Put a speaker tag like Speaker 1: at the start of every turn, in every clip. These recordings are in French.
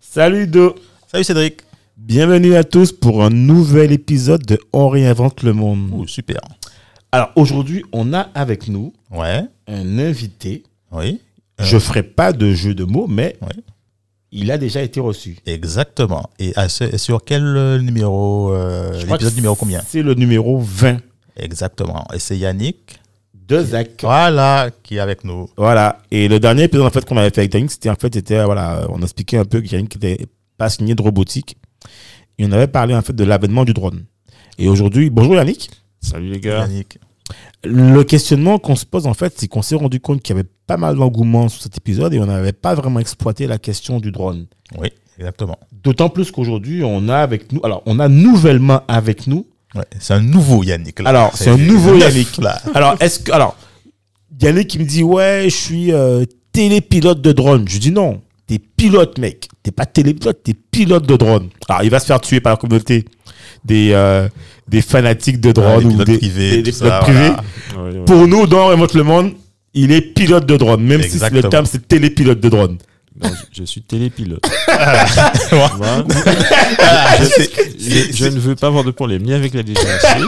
Speaker 1: Salut Do,
Speaker 2: Salut Cédric.
Speaker 1: bienvenue à tous pour un nouvel épisode de On réinvente le monde.
Speaker 2: Ouh, super.
Speaker 1: Alors aujourd'hui, on a avec nous
Speaker 2: Ouais,
Speaker 1: un invité.
Speaker 2: oui,
Speaker 1: Je ferai pas de jeu de mots, mais
Speaker 2: Oui.
Speaker 1: il a déjà été reçu.
Speaker 2: exactement. Et à ce- et sur quel euh, numéro euh,
Speaker 1: Je crois
Speaker 2: L'épisode
Speaker 1: que
Speaker 2: numéro combien
Speaker 1: C'est le numéro 20
Speaker 2: Exactement. Et c'est Yannick,
Speaker 1: de Zach.
Speaker 2: voilà, qui est avec nous.
Speaker 1: Voilà. Et le dernier épisode en fait qu'on avait fait avec Yannick, c'était en fait c'était voilà, on expliquait un peu que Yannick n'était pas signé de robotique. Et on avait parlé en fait de l'avènement du drone. Et aujourd'hui, bonjour Yannick. Salut les
Speaker 2: Yannick.
Speaker 1: Le questionnement qu'on se pose en fait, c'est qu'on s'est rendu compte qu'il y avait pas mal d'engouement sur cet épisode et on n'avait pas vraiment exploité la question du drone.
Speaker 2: Oui, exactement.
Speaker 1: D'autant plus qu'aujourd'hui, on a avec nous, alors on a nouvellement avec nous.
Speaker 2: Ouais, c'est un nouveau Yannick. là.
Speaker 1: Alors, c'est un nouveau
Speaker 2: neuf,
Speaker 1: Yannick.
Speaker 2: Là.
Speaker 1: Alors, est-ce que, alors, Yannick qui me dit ouais, je suis euh, télépilote de drone. Je dis non, t'es pilote mec, t'es pas télépilote, t'es pilote de drone. Alors, il va se faire tuer par la communauté des euh, des fanatiques de
Speaker 2: Ah,
Speaker 1: drone
Speaker 2: les
Speaker 1: ou
Speaker 2: pilotes
Speaker 1: des,
Speaker 2: privés,
Speaker 1: des-
Speaker 2: tout
Speaker 1: des
Speaker 2: ça,
Speaker 1: pilotes
Speaker 2: voilà.
Speaker 1: privés. Pour nous, dans Remote Le Monde, il est pilote de drone, même si le
Speaker 2: Exactement.
Speaker 1: terme c'est télépilote de drone.
Speaker 3: Non, je, je suis télépilote.
Speaker 2: Bon.
Speaker 3: Voilà.
Speaker 1: Ah,
Speaker 3: je, je- je ne veux pas avoir de problème ni avec la DGAC,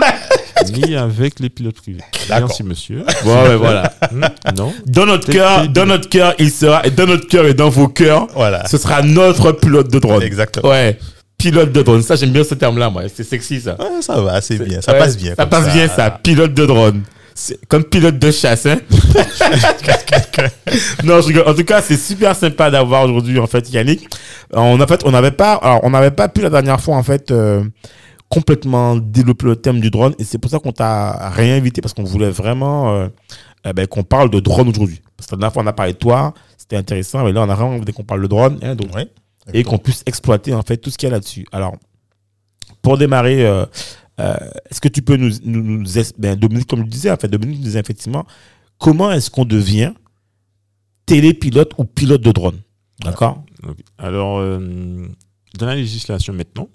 Speaker 3: ni avec les pilotes privés.
Speaker 2: D'accord.
Speaker 3: Merci, monsieur.
Speaker 1: Ouais, ouais, voilà.
Speaker 3: Hmm, Non.
Speaker 1: Dans notre
Speaker 3: T'es-
Speaker 1: cœur,
Speaker 3: t'es-
Speaker 1: dans notre cœur, il sera, et dans notre cœur et dans vos cœurs,
Speaker 2: Voilà.
Speaker 1: ce sera notre pilote de drone.
Speaker 2: Exactement.
Speaker 1: Ouais, pilote de drone. Ça, j'aime bien ce terme-là, moi. C'est sexy, ça.
Speaker 2: Ouais, ça va, c'est bien. Ça
Speaker 1: Ouais,
Speaker 2: passe bien.
Speaker 1: Ça
Speaker 2: comme
Speaker 1: passe bien, ça. Pilote de drone. C'est Comme pilote de chasse, hein. non, je rigole. En tout cas, c'est super sympa d'avoir aujourd'hui, en fait, Yannick. Euh, On, en fait, on n'avait pas, alors, on n'avait pas pu la dernière fois, en fait, euh, complètement développer le thème du drone. Et c'est pour ça qu'on t'a réinvité parce qu'on voulait vraiment, euh, eh ben, qu'on parle de drone aujourd'hui. Parce que la dernière fois, on a parlé de toi. C'était intéressant. Mais là, on a vraiment envie qu'on parle de drone. hein, donc,
Speaker 2: Ouais.
Speaker 1: et qu'on puisse exploiter en fait tout ce qu'il y a là-dessus. Alors, pour démarrer, euh, euh, est-ce que tu peux nous, nous, nous es- ben, Dominique, comme je disais, en fait, Dominique nous disait effectivement, comment est-ce qu'on devient télépilote ou pilote de drone D'accord
Speaker 3: Ok. Alors, euh, dans la législation maintenant,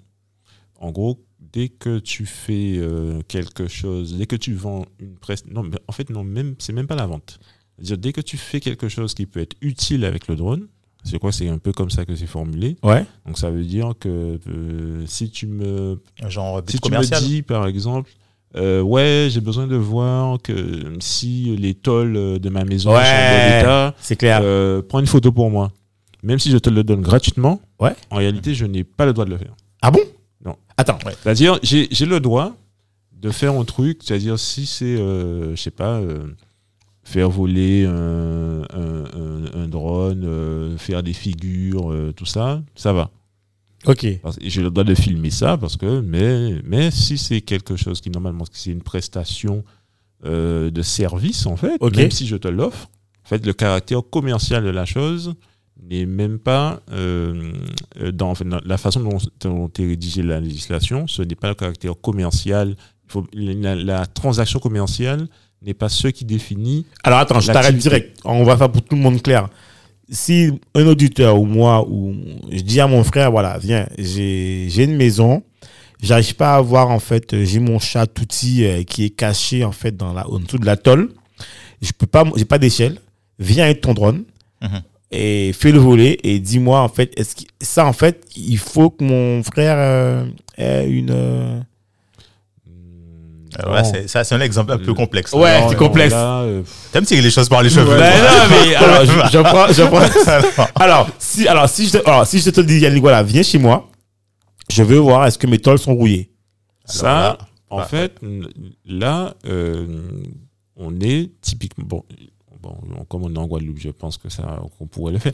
Speaker 3: en gros, dès que tu fais euh, quelque chose, dès que tu vends une presse, non, mais en fait, non, même, c'est même pas la vente. C'est-à-dire, dès que tu fais quelque chose qui peut être utile avec le drone, c'est quoi C'est un peu comme ça que c'est formulé.
Speaker 1: Ouais.
Speaker 3: Donc ça veut dire que euh, si tu me
Speaker 2: Genre, but
Speaker 3: si tu me
Speaker 2: commercial.
Speaker 3: dis, par exemple, euh, ouais, j'ai besoin de voir que euh, si les tôles euh, de ma maison
Speaker 1: Ouais. Ah.
Speaker 3: sont en bon état,
Speaker 1: C'est clair.
Speaker 3: euh, prends une photo pour moi. Même si je te le donne gratuitement,
Speaker 1: Ouais.
Speaker 3: en réalité, je n'ai pas le droit de le faire.
Speaker 1: ah bon
Speaker 3: non.
Speaker 1: Attends.
Speaker 3: C'est-à-dire, j'ai j'ai le droit de faire un truc, c'est-à-dire si c'est, euh, je sais pas, euh, faire voler un, un- un- un drone, euh, faire des figures, euh, tout ça, ça va.
Speaker 1: Ok.
Speaker 3: Parce- et J'ai le droit de filmer ça parce que, mais, mais si c'est quelque chose qui normalement c'est une prestation euh, de service en fait,
Speaker 1: Ok.
Speaker 3: même si je te l'offre, en fait le caractère commercial de la chose n'est même pas euh, euh, dans, en fait, dans la façon dont, dont est rédigée la législation, ce n'est pas le caractère commercial. Il faut, la, la transaction commerciale n'est pas ce qui définit.
Speaker 1: Alors attends, je t'arrête
Speaker 3: L'activité.
Speaker 1: direct. On va faire pour tout le monde clair. Si un auditeur ou moi, ou je dis à mon frère, voilà, viens, j'ai j'ai une maison, j'arrive pas à avoir, en fait, euh, j'ai mon chat touti euh, qui est caché, en fait, dans la, en dessous de la tôle. Je peux pas, j'ai pas d'échelle. Viens avec ton drone
Speaker 2: Mhm.
Speaker 1: et fais le voler et dis-moi, en fait, est-ce que ça, en fait, il faut que mon frère euh, ait une. euh,
Speaker 3: hum,
Speaker 2: Alors là,
Speaker 3: non.
Speaker 2: Ah c'est- ça, c'est un exemple un peu complexe.
Speaker 1: Ouais,
Speaker 3: Non,
Speaker 1: c'est
Speaker 3: non,
Speaker 1: complexe.
Speaker 3: là, euh, pff,
Speaker 2: T'aimes tirer les choses par les cheveux.
Speaker 1: Ben
Speaker 2: toi.
Speaker 1: non, mais alors, je, je prends- je prends- Alors, si, alors, si je te, alors, si je te dis, Yannick, voilà, viens chez moi, je veux voir est-ce que mes toiles sont rouillées.
Speaker 3: Ça,
Speaker 2: là,
Speaker 3: en
Speaker 2: bah,
Speaker 3: fait, n- là, euh, on est typiquement. Bon, bon, comme on est en Guadeloupe, je pense que ça, qu'on pourrait le faire.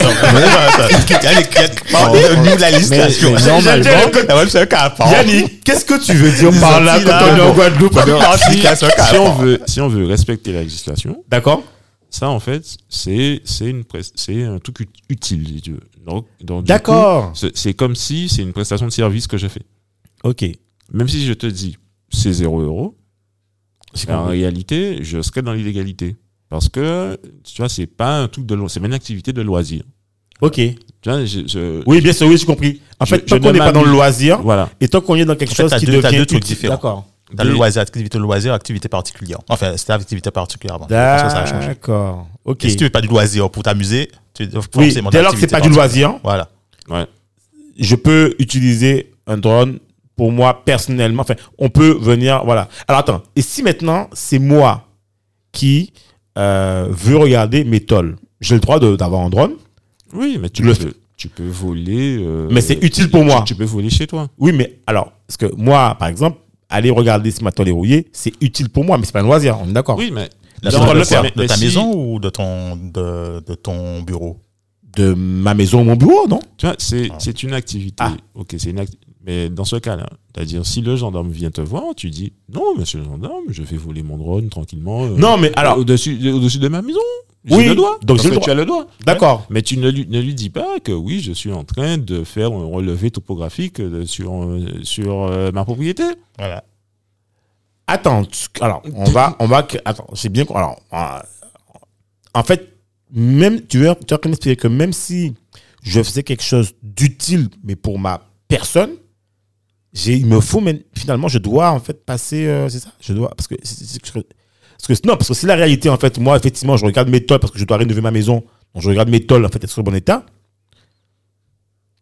Speaker 2: Nous, la législation.
Speaker 1: mais normalement-
Speaker 2: Ah ouais, c'est un cas à part.
Speaker 1: Yannick, qu'est-ce que tu veux dire par là
Speaker 2: Sorti,
Speaker 1: quand
Speaker 2: là,
Speaker 1: on est en
Speaker 2: bon.
Speaker 1: Guadeloupe
Speaker 2: Non, c'est un cas à
Speaker 3: si,
Speaker 2: part.
Speaker 3: on veut, si on veut respecter la législation,
Speaker 1: D'accord
Speaker 3: Ça, en fait, c'est c'est une pres- c'est un truc ut- utile. si tu veux. Donc, donc, du
Speaker 1: D'accord.
Speaker 3: coup, C'est c'est comme si c'est une prestation de service que je fais.
Speaker 1: Ok.
Speaker 3: Même si je te dis c'est 0 euros,
Speaker 1: J'ai
Speaker 3: en
Speaker 1: compris.
Speaker 3: réalité, je serais dans l'illégalité. Parce que, tu vois, c'est pas un truc de loisir, c'est même une activité de loisir.
Speaker 1: Ok.
Speaker 3: Tu vois, je- je-
Speaker 1: Oui, bien sûr, oui, j'ai compris. En fait,
Speaker 3: Je-
Speaker 1: tant
Speaker 3: je
Speaker 1: qu'on
Speaker 3: ne
Speaker 1: n'est pas dans le
Speaker 3: m'amuse.
Speaker 1: loisir
Speaker 3: Voilà.
Speaker 1: et tant qu'on est dans quelque
Speaker 2: En fait,
Speaker 1: chose
Speaker 2: t'as
Speaker 1: qui
Speaker 2: deux- t'as
Speaker 1: devient
Speaker 2: deux trucs
Speaker 1: utile.
Speaker 2: différents.
Speaker 1: D'accord.
Speaker 2: T'as le
Speaker 3: Des-
Speaker 2: loisir, activité loisir, activité particulière. Enfin, c'était activité particulière avant. Parce que ça a changé.
Speaker 1: D'accord. Ok.
Speaker 2: Et si tu veux pas du loisir pour t'amuser, tu dois
Speaker 1: Oui,
Speaker 2: forcément
Speaker 1: dès lors que c'est
Speaker 2: d'activité
Speaker 1: pas du
Speaker 2: particulière.
Speaker 1: loisir,
Speaker 2: Voilà.
Speaker 3: Ouais.
Speaker 1: je peux utiliser un drone pour moi personnellement. Enfin, on peut venir, voilà. Alors attends, et si maintenant c'est moi qui euh, veux regarder mes tolls, j'ai le droit de- d'avoir un drone.
Speaker 3: Oui, mais tu,
Speaker 1: Le-
Speaker 3: peux, tu peux voler. euh,
Speaker 1: Mais c'est utile pour
Speaker 3: tu-
Speaker 1: moi.
Speaker 3: Tu, peux voler chez toi.
Speaker 1: Oui, mais alors, parce que moi, par exemple, aller regarder si ma toile est rouillée, c'est utile pour moi, mais c'est pas un loisir, on est d'accord.
Speaker 3: Oui, mais.
Speaker 2: Là,
Speaker 1: Dans
Speaker 2: tu dois
Speaker 1: le
Speaker 2: le faire
Speaker 1: faire.
Speaker 2: de
Speaker 3: Mais
Speaker 2: ta
Speaker 3: si-
Speaker 2: maison ou de ton, de, de ton bureau
Speaker 1: De ma maison ou mon bureau, non
Speaker 3: Tu vois, c'est
Speaker 2: Ah.
Speaker 3: c'est une activité.
Speaker 1: Ah.
Speaker 3: Ok, c'est une acti- Mais dans ce cas-là, c'est-à-dire, si le gendarme vient te voir, tu dis Non, monsieur le gendarme, je vais voler mon drone tranquillement. euh,
Speaker 1: Non, mais alors,
Speaker 3: Au-dessus de, au-dessus de ma maison. J'ai
Speaker 1: Oui,
Speaker 3: le doigt.
Speaker 1: donc
Speaker 3: Parce
Speaker 1: j'ai le
Speaker 3: que Tu as le
Speaker 1: Euh,
Speaker 3: doigt.
Speaker 1: d'accord.
Speaker 3: Mais tu ne lui, ne lui dis pas que oui, je suis en train de faire un relevé topographique euh, sur, euh, sur euh, ma propriété.
Speaker 2: Voilà.
Speaker 1: Attends, tu- alors, on va, on va, que- attends, c'est bien, qu'on- alors, euh, en fait, même, tu veux, tu as quand même expliqué que même si je faisais quelque chose d'utile, mais pour ma personne, j'ai, il me faut, mais finalement, je dois, en fait, passer, euh, c'est ça Je dois, parce que, c'est- c'est- c'est- parce que, non, parce que c'est la réalité, en fait, moi, effectivement, je regarde mes tolls parce que je dois rénover ma maison, donc je regarde mes tolls, en fait, est-ce que c'est en bon état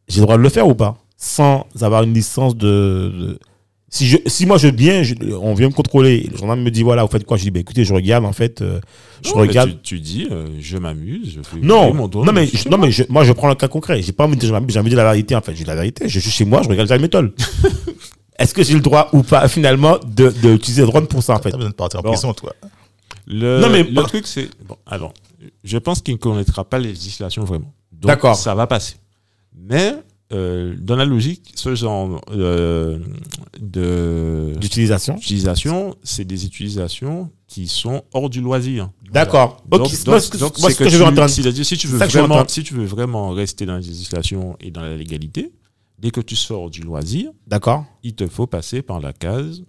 Speaker 1: J'ai le droit de le faire ou pas Sans avoir une licence de. de- Si, je, si moi je viens, je- on vient me contrôler, le gendarme me dit voilà, vous faites quoi Je dis bah, écoutez, je regarde, en fait, euh, je
Speaker 3: Non, mais
Speaker 1: regarde.
Speaker 3: Tu, tu dis euh, Je m'amuse, je fais
Speaker 1: Non,
Speaker 3: voler mon drone
Speaker 1: non mais,
Speaker 3: au-dessus
Speaker 1: je-
Speaker 3: de
Speaker 1: non mais je- moi je prends le cas concret. J'ai pas envie de dire, je m'amuse, j'ai envie de dire la vérité en fait. J'ai la vérité. Je suis chez moi, je regarde Jared Metal. Est-ce que j'ai le droit ou pas finalement de, de utiliser le drone pour ça en fait
Speaker 2: T'as besoin de partir en
Speaker 1: Bon.
Speaker 2: prison, toi.
Speaker 3: Le,
Speaker 1: Non, mais-
Speaker 3: le truc, c'est. Bon, alors, je pense qu'il ne connaîtra pas les législations vraiment. Donc,
Speaker 1: D'accord.
Speaker 3: Ça va passer. Mais, euh, dans la logique, ce genre euh, de-
Speaker 1: D'utilisation.
Speaker 3: d'utilisation, c'est des utilisations qui sont hors du loisir.
Speaker 1: D'accord.
Speaker 3: Donc,
Speaker 1: Ok,
Speaker 3: donc-
Speaker 1: moi, ce que-
Speaker 3: donc,
Speaker 1: moi,
Speaker 3: c'est
Speaker 1: ce que je veux
Speaker 3: tu-
Speaker 1: entendre.
Speaker 3: c'est-à-dire, si tu veux
Speaker 1: ça que je veux
Speaker 3: vraiment,
Speaker 1: entendre.
Speaker 3: si tu veux vraiment rester dans la législation et dans la légalité, dès que tu sors du loisir,
Speaker 1: D'accord.
Speaker 3: il te faut passer par la case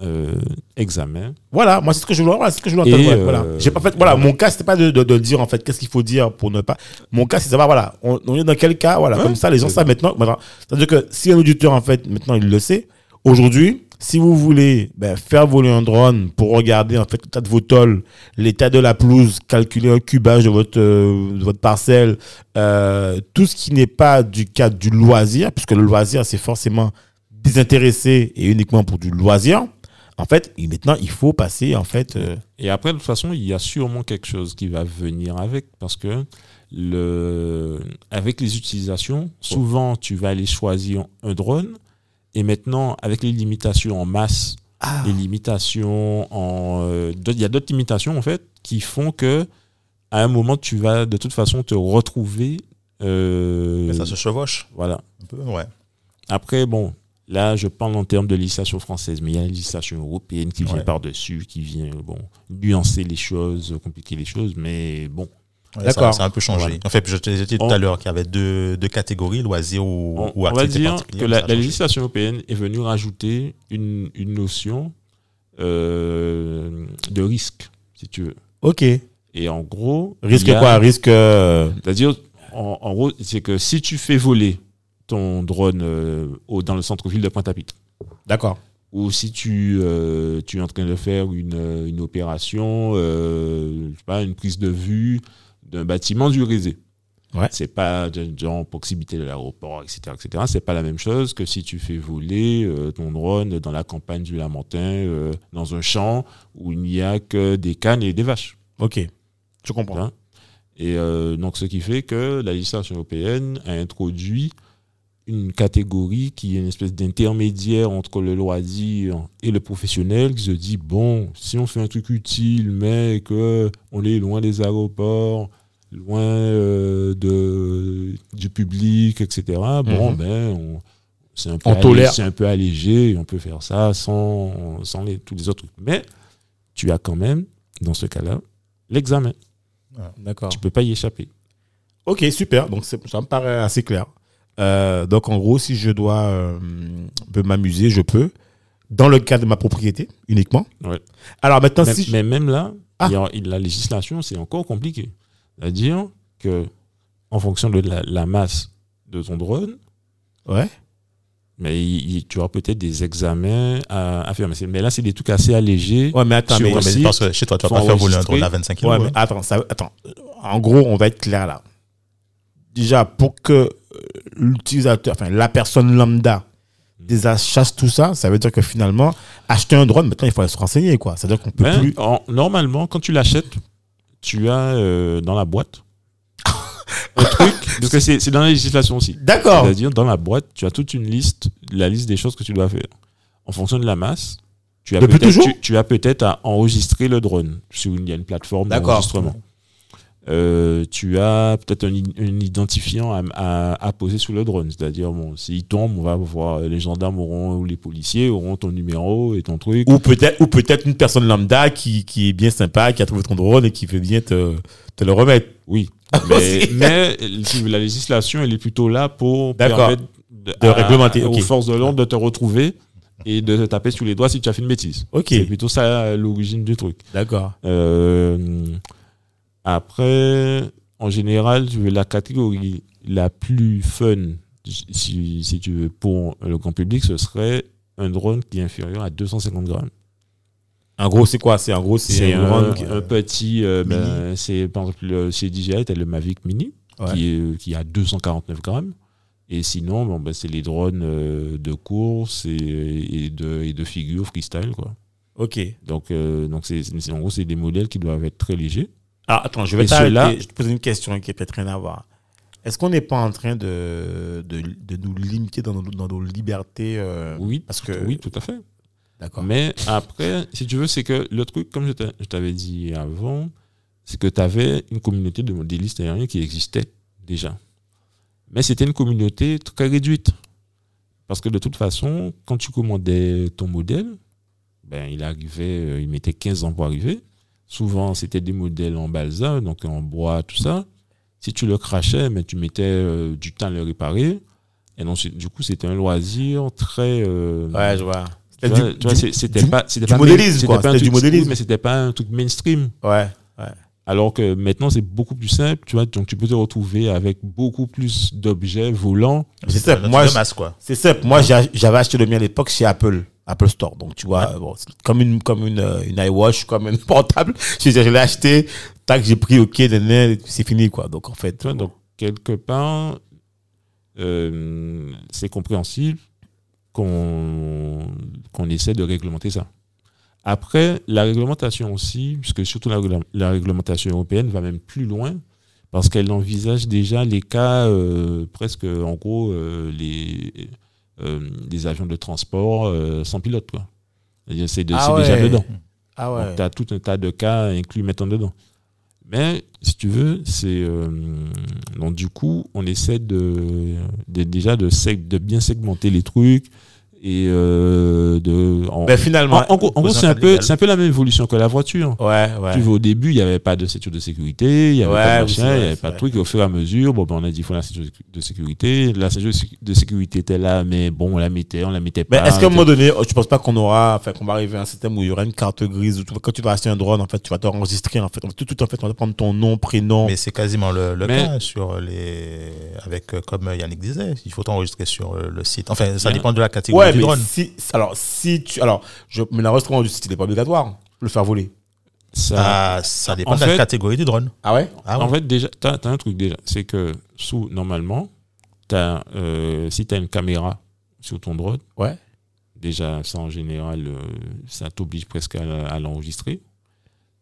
Speaker 3: euh, examen.
Speaker 1: Voilà, moi c'est ce que je voulais, voilà, c'est ce que je voulais
Speaker 3: Et,
Speaker 1: entendre. ouais, voilà.
Speaker 3: euh,
Speaker 1: J'ai pas fait, voilà,
Speaker 3: voilà.
Speaker 1: mon cas c'était pas de, de, de dire en fait qu'est-ce qu'il faut dire pour ne pas. Mon cas c'est de savoir voilà, on, on est dans quel cas, voilà,
Speaker 3: Ouais,
Speaker 1: comme ça les gens
Speaker 3: c'est
Speaker 1: savent maintenant. maintenant. C'est-à-dire que si un auditeur en fait maintenant il le sait, aujourd'hui, si vous voulez ben, faire voler un drone pour regarder en fait l'état de vos tolls, l'état de la pelouse, calculer un cubage de votre euh, de votre parcelle, euh, tout ce qui n'est pas du cadre du loisir, puisque le loisir c'est forcément désintéressé et uniquement pour du loisir. En fait, il- maintenant, il faut passer, en fait... euh,
Speaker 3: Et après, de toute façon, il y a sûrement quelque chose qui va venir avec, parce que le, avec les utilisations, souvent, tu vas aller choisir un drone, et maintenant, avec les limitations en masse,
Speaker 1: Ah.
Speaker 3: les limitations en... euh, d'autres- Il y a d'autres limitations, en fait, qui font que, à un moment, tu vas de toute façon te retrouver... euh,
Speaker 2: Mais ça se chevauche
Speaker 3: voilà.
Speaker 2: un peu, ouais.
Speaker 3: Après, bon, là, je parle en termes de législation française, mais il y a la législation européenne qui vient
Speaker 2: Ouais.
Speaker 3: par-dessus, qui vient, bon, nuancer les choses, compliquer les choses, mais bon.
Speaker 2: Ouais,
Speaker 1: D'accord.
Speaker 2: Ça, ça a un peu changé.
Speaker 3: Voilà.
Speaker 2: En fait, je te disais tout
Speaker 3: On-
Speaker 2: à l'heure qu'il y avait deux, deux catégories, loisirs ou,
Speaker 3: On,
Speaker 2: ou
Speaker 3: on va
Speaker 2: activités
Speaker 3: dire
Speaker 2: particulières,
Speaker 3: que
Speaker 2: mais ça
Speaker 3: la,
Speaker 2: a
Speaker 3: la
Speaker 2: changé.
Speaker 3: législation européenne est venue rajouter une, une notion euh, de risque, si tu veux.
Speaker 1: Ok.
Speaker 3: Et en gros. il
Speaker 1: Risque
Speaker 3: y a-
Speaker 1: quoi Risque... euh,
Speaker 3: C'est-à-dire, en, en gros, c'est que si tu fais voler ton drone euh, au- dans le centre-ville de Pointe-à-Pitre,
Speaker 1: D'accord.
Speaker 3: ou si tu, euh, tu es en train de faire une, euh, une opération, euh, je sais pas, une prise de vue d'un bâtiment du Rézé.
Speaker 1: Ouais.
Speaker 3: C'est pas de- de- en proximité de l'aéroport, etc. etc. C'est pas la même chose que si tu fais voler euh, ton drone dans la campagne du Lamentin, euh, dans un champ où il n'y a que des cannes et des vaches.
Speaker 1: Ok. Je comprends.
Speaker 3: Hein. Et euh, donc, ce qui fait que la législation européenne a introduit une catégorie qui est une espèce d'intermédiaire entre le loisir et le professionnel qui se dit bon, si on fait un truc utile, mais que on est loin des aéroports, loin euh, de, du public, etc., bon,
Speaker 1: Mhm.
Speaker 3: ben, on- c'est un, peu
Speaker 1: On
Speaker 3: allé-
Speaker 1: tolère.
Speaker 3: c'est un peu allégé, on peut faire ça sans, sans les- tous les autres trucs. Mais tu as quand même, dans ce cas-là, l'examen.
Speaker 1: D'accord.
Speaker 3: Tu peux pas y échapper.
Speaker 1: Ok, super. Donc, c'est- ça me paraît assez clair. Euh, donc, en gros, si je dois euh, peut m'amuser, je peux. Dans le cadre de ma propriété, uniquement.
Speaker 3: Ouais.
Speaker 1: Alors, maintenant,
Speaker 3: mais,
Speaker 1: si. je-
Speaker 3: mais même là,
Speaker 1: Ah.
Speaker 3: il y a- il- la législation, c'est encore compliqué. C'est-à-dire que en fonction de la, la masse de ton drone,
Speaker 1: Ouais.
Speaker 3: mais il- il- tu auras peut-être des examens à, à faire. Mais, c'est- mais là, c'est des trucs assez allégés.
Speaker 1: Ouais, mais attends,
Speaker 3: Sur
Speaker 1: mais.
Speaker 3: un
Speaker 2: mais
Speaker 3: site,
Speaker 2: parce que chez toi, tu vas
Speaker 3: faut
Speaker 2: pas faire voler un
Speaker 3: enregistrer.
Speaker 2: drone à hein. 25 kg.
Speaker 1: Ouais, mais attends, ça- attends. En gros, on va être clair là. Déjà, pour que euh, l'utilisateur, enfin la personne lambda, désachète tout ça, ça veut dire que finalement, acheter un drone, maintenant, il faut se renseigner, quoi. C'est-à-dire qu'on peut
Speaker 3: Ben,
Speaker 1: plus.
Speaker 3: en- normalement, quand tu l'achètes, tu as euh, dans la boîte un truc, parce que c'est c'est dans la législation aussi.
Speaker 1: D'accord.
Speaker 3: C'est-à-dire, dans la boîte, tu as toute une liste, la liste des choses que tu dois faire. En fonction de la masse, tu as
Speaker 1: Depuis
Speaker 3: peut-être
Speaker 1: toujours
Speaker 3: tu, tu as peut-être à enregistrer le drone. Si il y a une plateforme
Speaker 1: D'accord.
Speaker 3: d'enregistrement. Euh, tu as peut-être un, i- un identifiant à, à- à poser sous le drone. C'est-à-dire, bon, s'il tombe, on va voir, les gendarmes auront, ou les policiers auront ton numéro et ton truc.
Speaker 1: Ou peut-être, ou peut-être une personne lambda qui, qui est bien sympa, qui a trouvé ton drone et qui veut bien te, te le remettre.
Speaker 3: Oui. Mais, mais si la législation, elle est plutôt là pour
Speaker 1: D'accord.
Speaker 3: permettre
Speaker 1: De réglementer,
Speaker 3: aux
Speaker 1: ok.
Speaker 3: forces de l'ordre de te retrouver et de te taper sous les doigts si tu as fait une bêtise.
Speaker 1: Ok.
Speaker 3: C'est plutôt ça euh, l'origine du truc.
Speaker 1: D'accord.
Speaker 3: Euh, après, en général, tu veux la catégorie la plus fun, si, si tu veux, pour le grand public, ce serait un drone qui est inférieur à 250 grammes.
Speaker 1: En gros, c'est quoi C'est en gros,
Speaker 3: C'est
Speaker 1: c'est un
Speaker 3: un,
Speaker 1: drone. qui-
Speaker 3: un petit, euh,
Speaker 1: mini.
Speaker 3: ben, c'est par exemple le- chez DJI, t'as le Mavic Mini
Speaker 1: Ouais.
Speaker 3: qui, est- qui a 249 grammes. Et sinon, bon, ben, c'est les drones euh, de course et, et de, et de figure freestyle. Quoi.
Speaker 1: Ok.
Speaker 3: Donc, euh, donc c'est, c'est- en gros, c'est des modèles qui doivent être très légers.
Speaker 1: Ah, attends, je vais
Speaker 3: Et
Speaker 1: t'arrêter.
Speaker 3: ceux-là-
Speaker 1: Je te pose une question qui a peut-être rien à voir. Est-ce qu'on n'est pas en train de, de, de nous limiter dans nos, dans nos libertés euh,
Speaker 3: Oui,
Speaker 1: Parce que.
Speaker 3: oui, tout à fait.
Speaker 1: D'accord.
Speaker 3: Mais après, si tu veux, c'est que le truc, comme je t'a- je t'avais dit avant, c'est que tu avais une communauté de modélistes aériens qui existait déjà. Mais c'était une communauté très réduite. Parce que de toute façon, quand tu commandais ton modèle, ben, il arrivait, euh, il mettait 15 ans pour arriver. Souvent, c'était des modèles en balsa, donc en bois, tout ça. Si tu le crachais, mais tu mettais euh, du temps à le réparer. Et donc, c'est- du coup, c'était un loisir très. euh,
Speaker 1: Ouais, je vois.
Speaker 3: tu
Speaker 1: C'était
Speaker 3: vois,
Speaker 1: du-
Speaker 3: tu vois,
Speaker 1: du-
Speaker 3: c'est- c'était
Speaker 1: du-
Speaker 3: pas c'était
Speaker 1: du
Speaker 3: pas main-
Speaker 1: modélisme,
Speaker 3: c'était
Speaker 1: quoi.
Speaker 3: pas un
Speaker 1: C'était du
Speaker 3: truc-
Speaker 1: modélisme.
Speaker 3: oui, mais c'était pas un truc mainstream
Speaker 1: Ouais.
Speaker 3: alors que maintenant c'est beaucoup plus simple tu vois donc tu peux te retrouver avec beaucoup plus d'objets volants
Speaker 1: C'est simple. Moi, je-
Speaker 2: masse, quoi.
Speaker 1: c'est simple. Moi, j'a- j'avais acheté le mien à l'époque chez Apple. Apple Store. Donc, tu vois, euh, bon, c'est comme une, comme une, euh, une iWatch, comme un portable. Je, je l'ai acheté. Tac, j'ai pris. Ok, nanana, c'est fini, quoi. Donc, en fait.
Speaker 3: tu vois donc quelque part euh, c'est compréhensible qu'on qu'on essaie de réglementer ça après la réglementation aussi puisque surtout la, régla- la réglementation européenne va même plus loin parce qu'elle envisage déjà les cas euh, presque en gros euh, les euh, les avions de transport euh, sans pilote quoi C'est-à-dire, c'est de-
Speaker 1: Ah
Speaker 3: c'est déjà
Speaker 1: ouais.
Speaker 3: dedans
Speaker 1: Ah ouais.
Speaker 3: tu as tout un tas de cas inclus maintenant dedans. Mais si tu veux, c'est. euh, donc, du coup, on essaie de, de- déjà de, seg- de bien segmenter les trucs et euh, de. En,
Speaker 1: Ben, finalement.
Speaker 3: en- en gros, en gros,
Speaker 2: faisant
Speaker 3: c'est un,
Speaker 2: ça
Speaker 3: peu-
Speaker 2: légal.
Speaker 3: c'est un peu la même évolution que la voiture.
Speaker 1: ouais, ouais.
Speaker 3: Tu vois, au début, il n'y avait pas de ceinture de sécurité, il n'y avait
Speaker 1: Ouais,
Speaker 3: pas de
Speaker 1: oui, c'est
Speaker 3: machin, il
Speaker 1: vrai,
Speaker 3: n'y avait
Speaker 1: c'est
Speaker 3: pas de
Speaker 1: vrai.
Speaker 3: truc. Et au fur et à mesure, bon, ben, on a dit il faut la ceinture de sécurité. La ceinture de sécu- de sécurité était là, mais bon, on la mettait, on la mettait
Speaker 1: Mais
Speaker 3: pas.
Speaker 1: Ben, est-ce qu'à un
Speaker 3: etc.
Speaker 1: moment donné, tu penses pas qu'on aura, enfin, qu'on va arriver à un système où il y aura une carte grise où tu- quand tu vas acheter un drone, en fait, tu vas t'enregistrer, en fait, tout, tout en fait, on va prendre ton nom, prénom.
Speaker 2: Mais c'est quasiment le, le
Speaker 3: Mais-
Speaker 2: cas sur les. Avec, euh, comme Yannick disait, il faut t'enregistrer sur euh, le site. Enfin, ça
Speaker 3: Bien.
Speaker 2: dépend de la catégorie
Speaker 1: ouais,
Speaker 2: du
Speaker 1: mais
Speaker 2: drone.
Speaker 1: si, alors si tu, alors, je, mais l'enregistrement du site il est pas obligatoire, le faire voler.
Speaker 3: Ça-
Speaker 2: Ah, ça dépend
Speaker 3: En
Speaker 2: de la
Speaker 3: fait-
Speaker 2: catégorie du drone.
Speaker 1: Ah ouais.
Speaker 2: Ah,
Speaker 3: En
Speaker 2: ouais.
Speaker 3: fait, déjà, tu as, un truc déjà. C'est que sous, normalement, t'as, euh, si tu as une caméra sur ton drone,
Speaker 1: Ouais.
Speaker 3: déjà, ça en général, euh, ça t'oblige presque à, à l'enregistrer.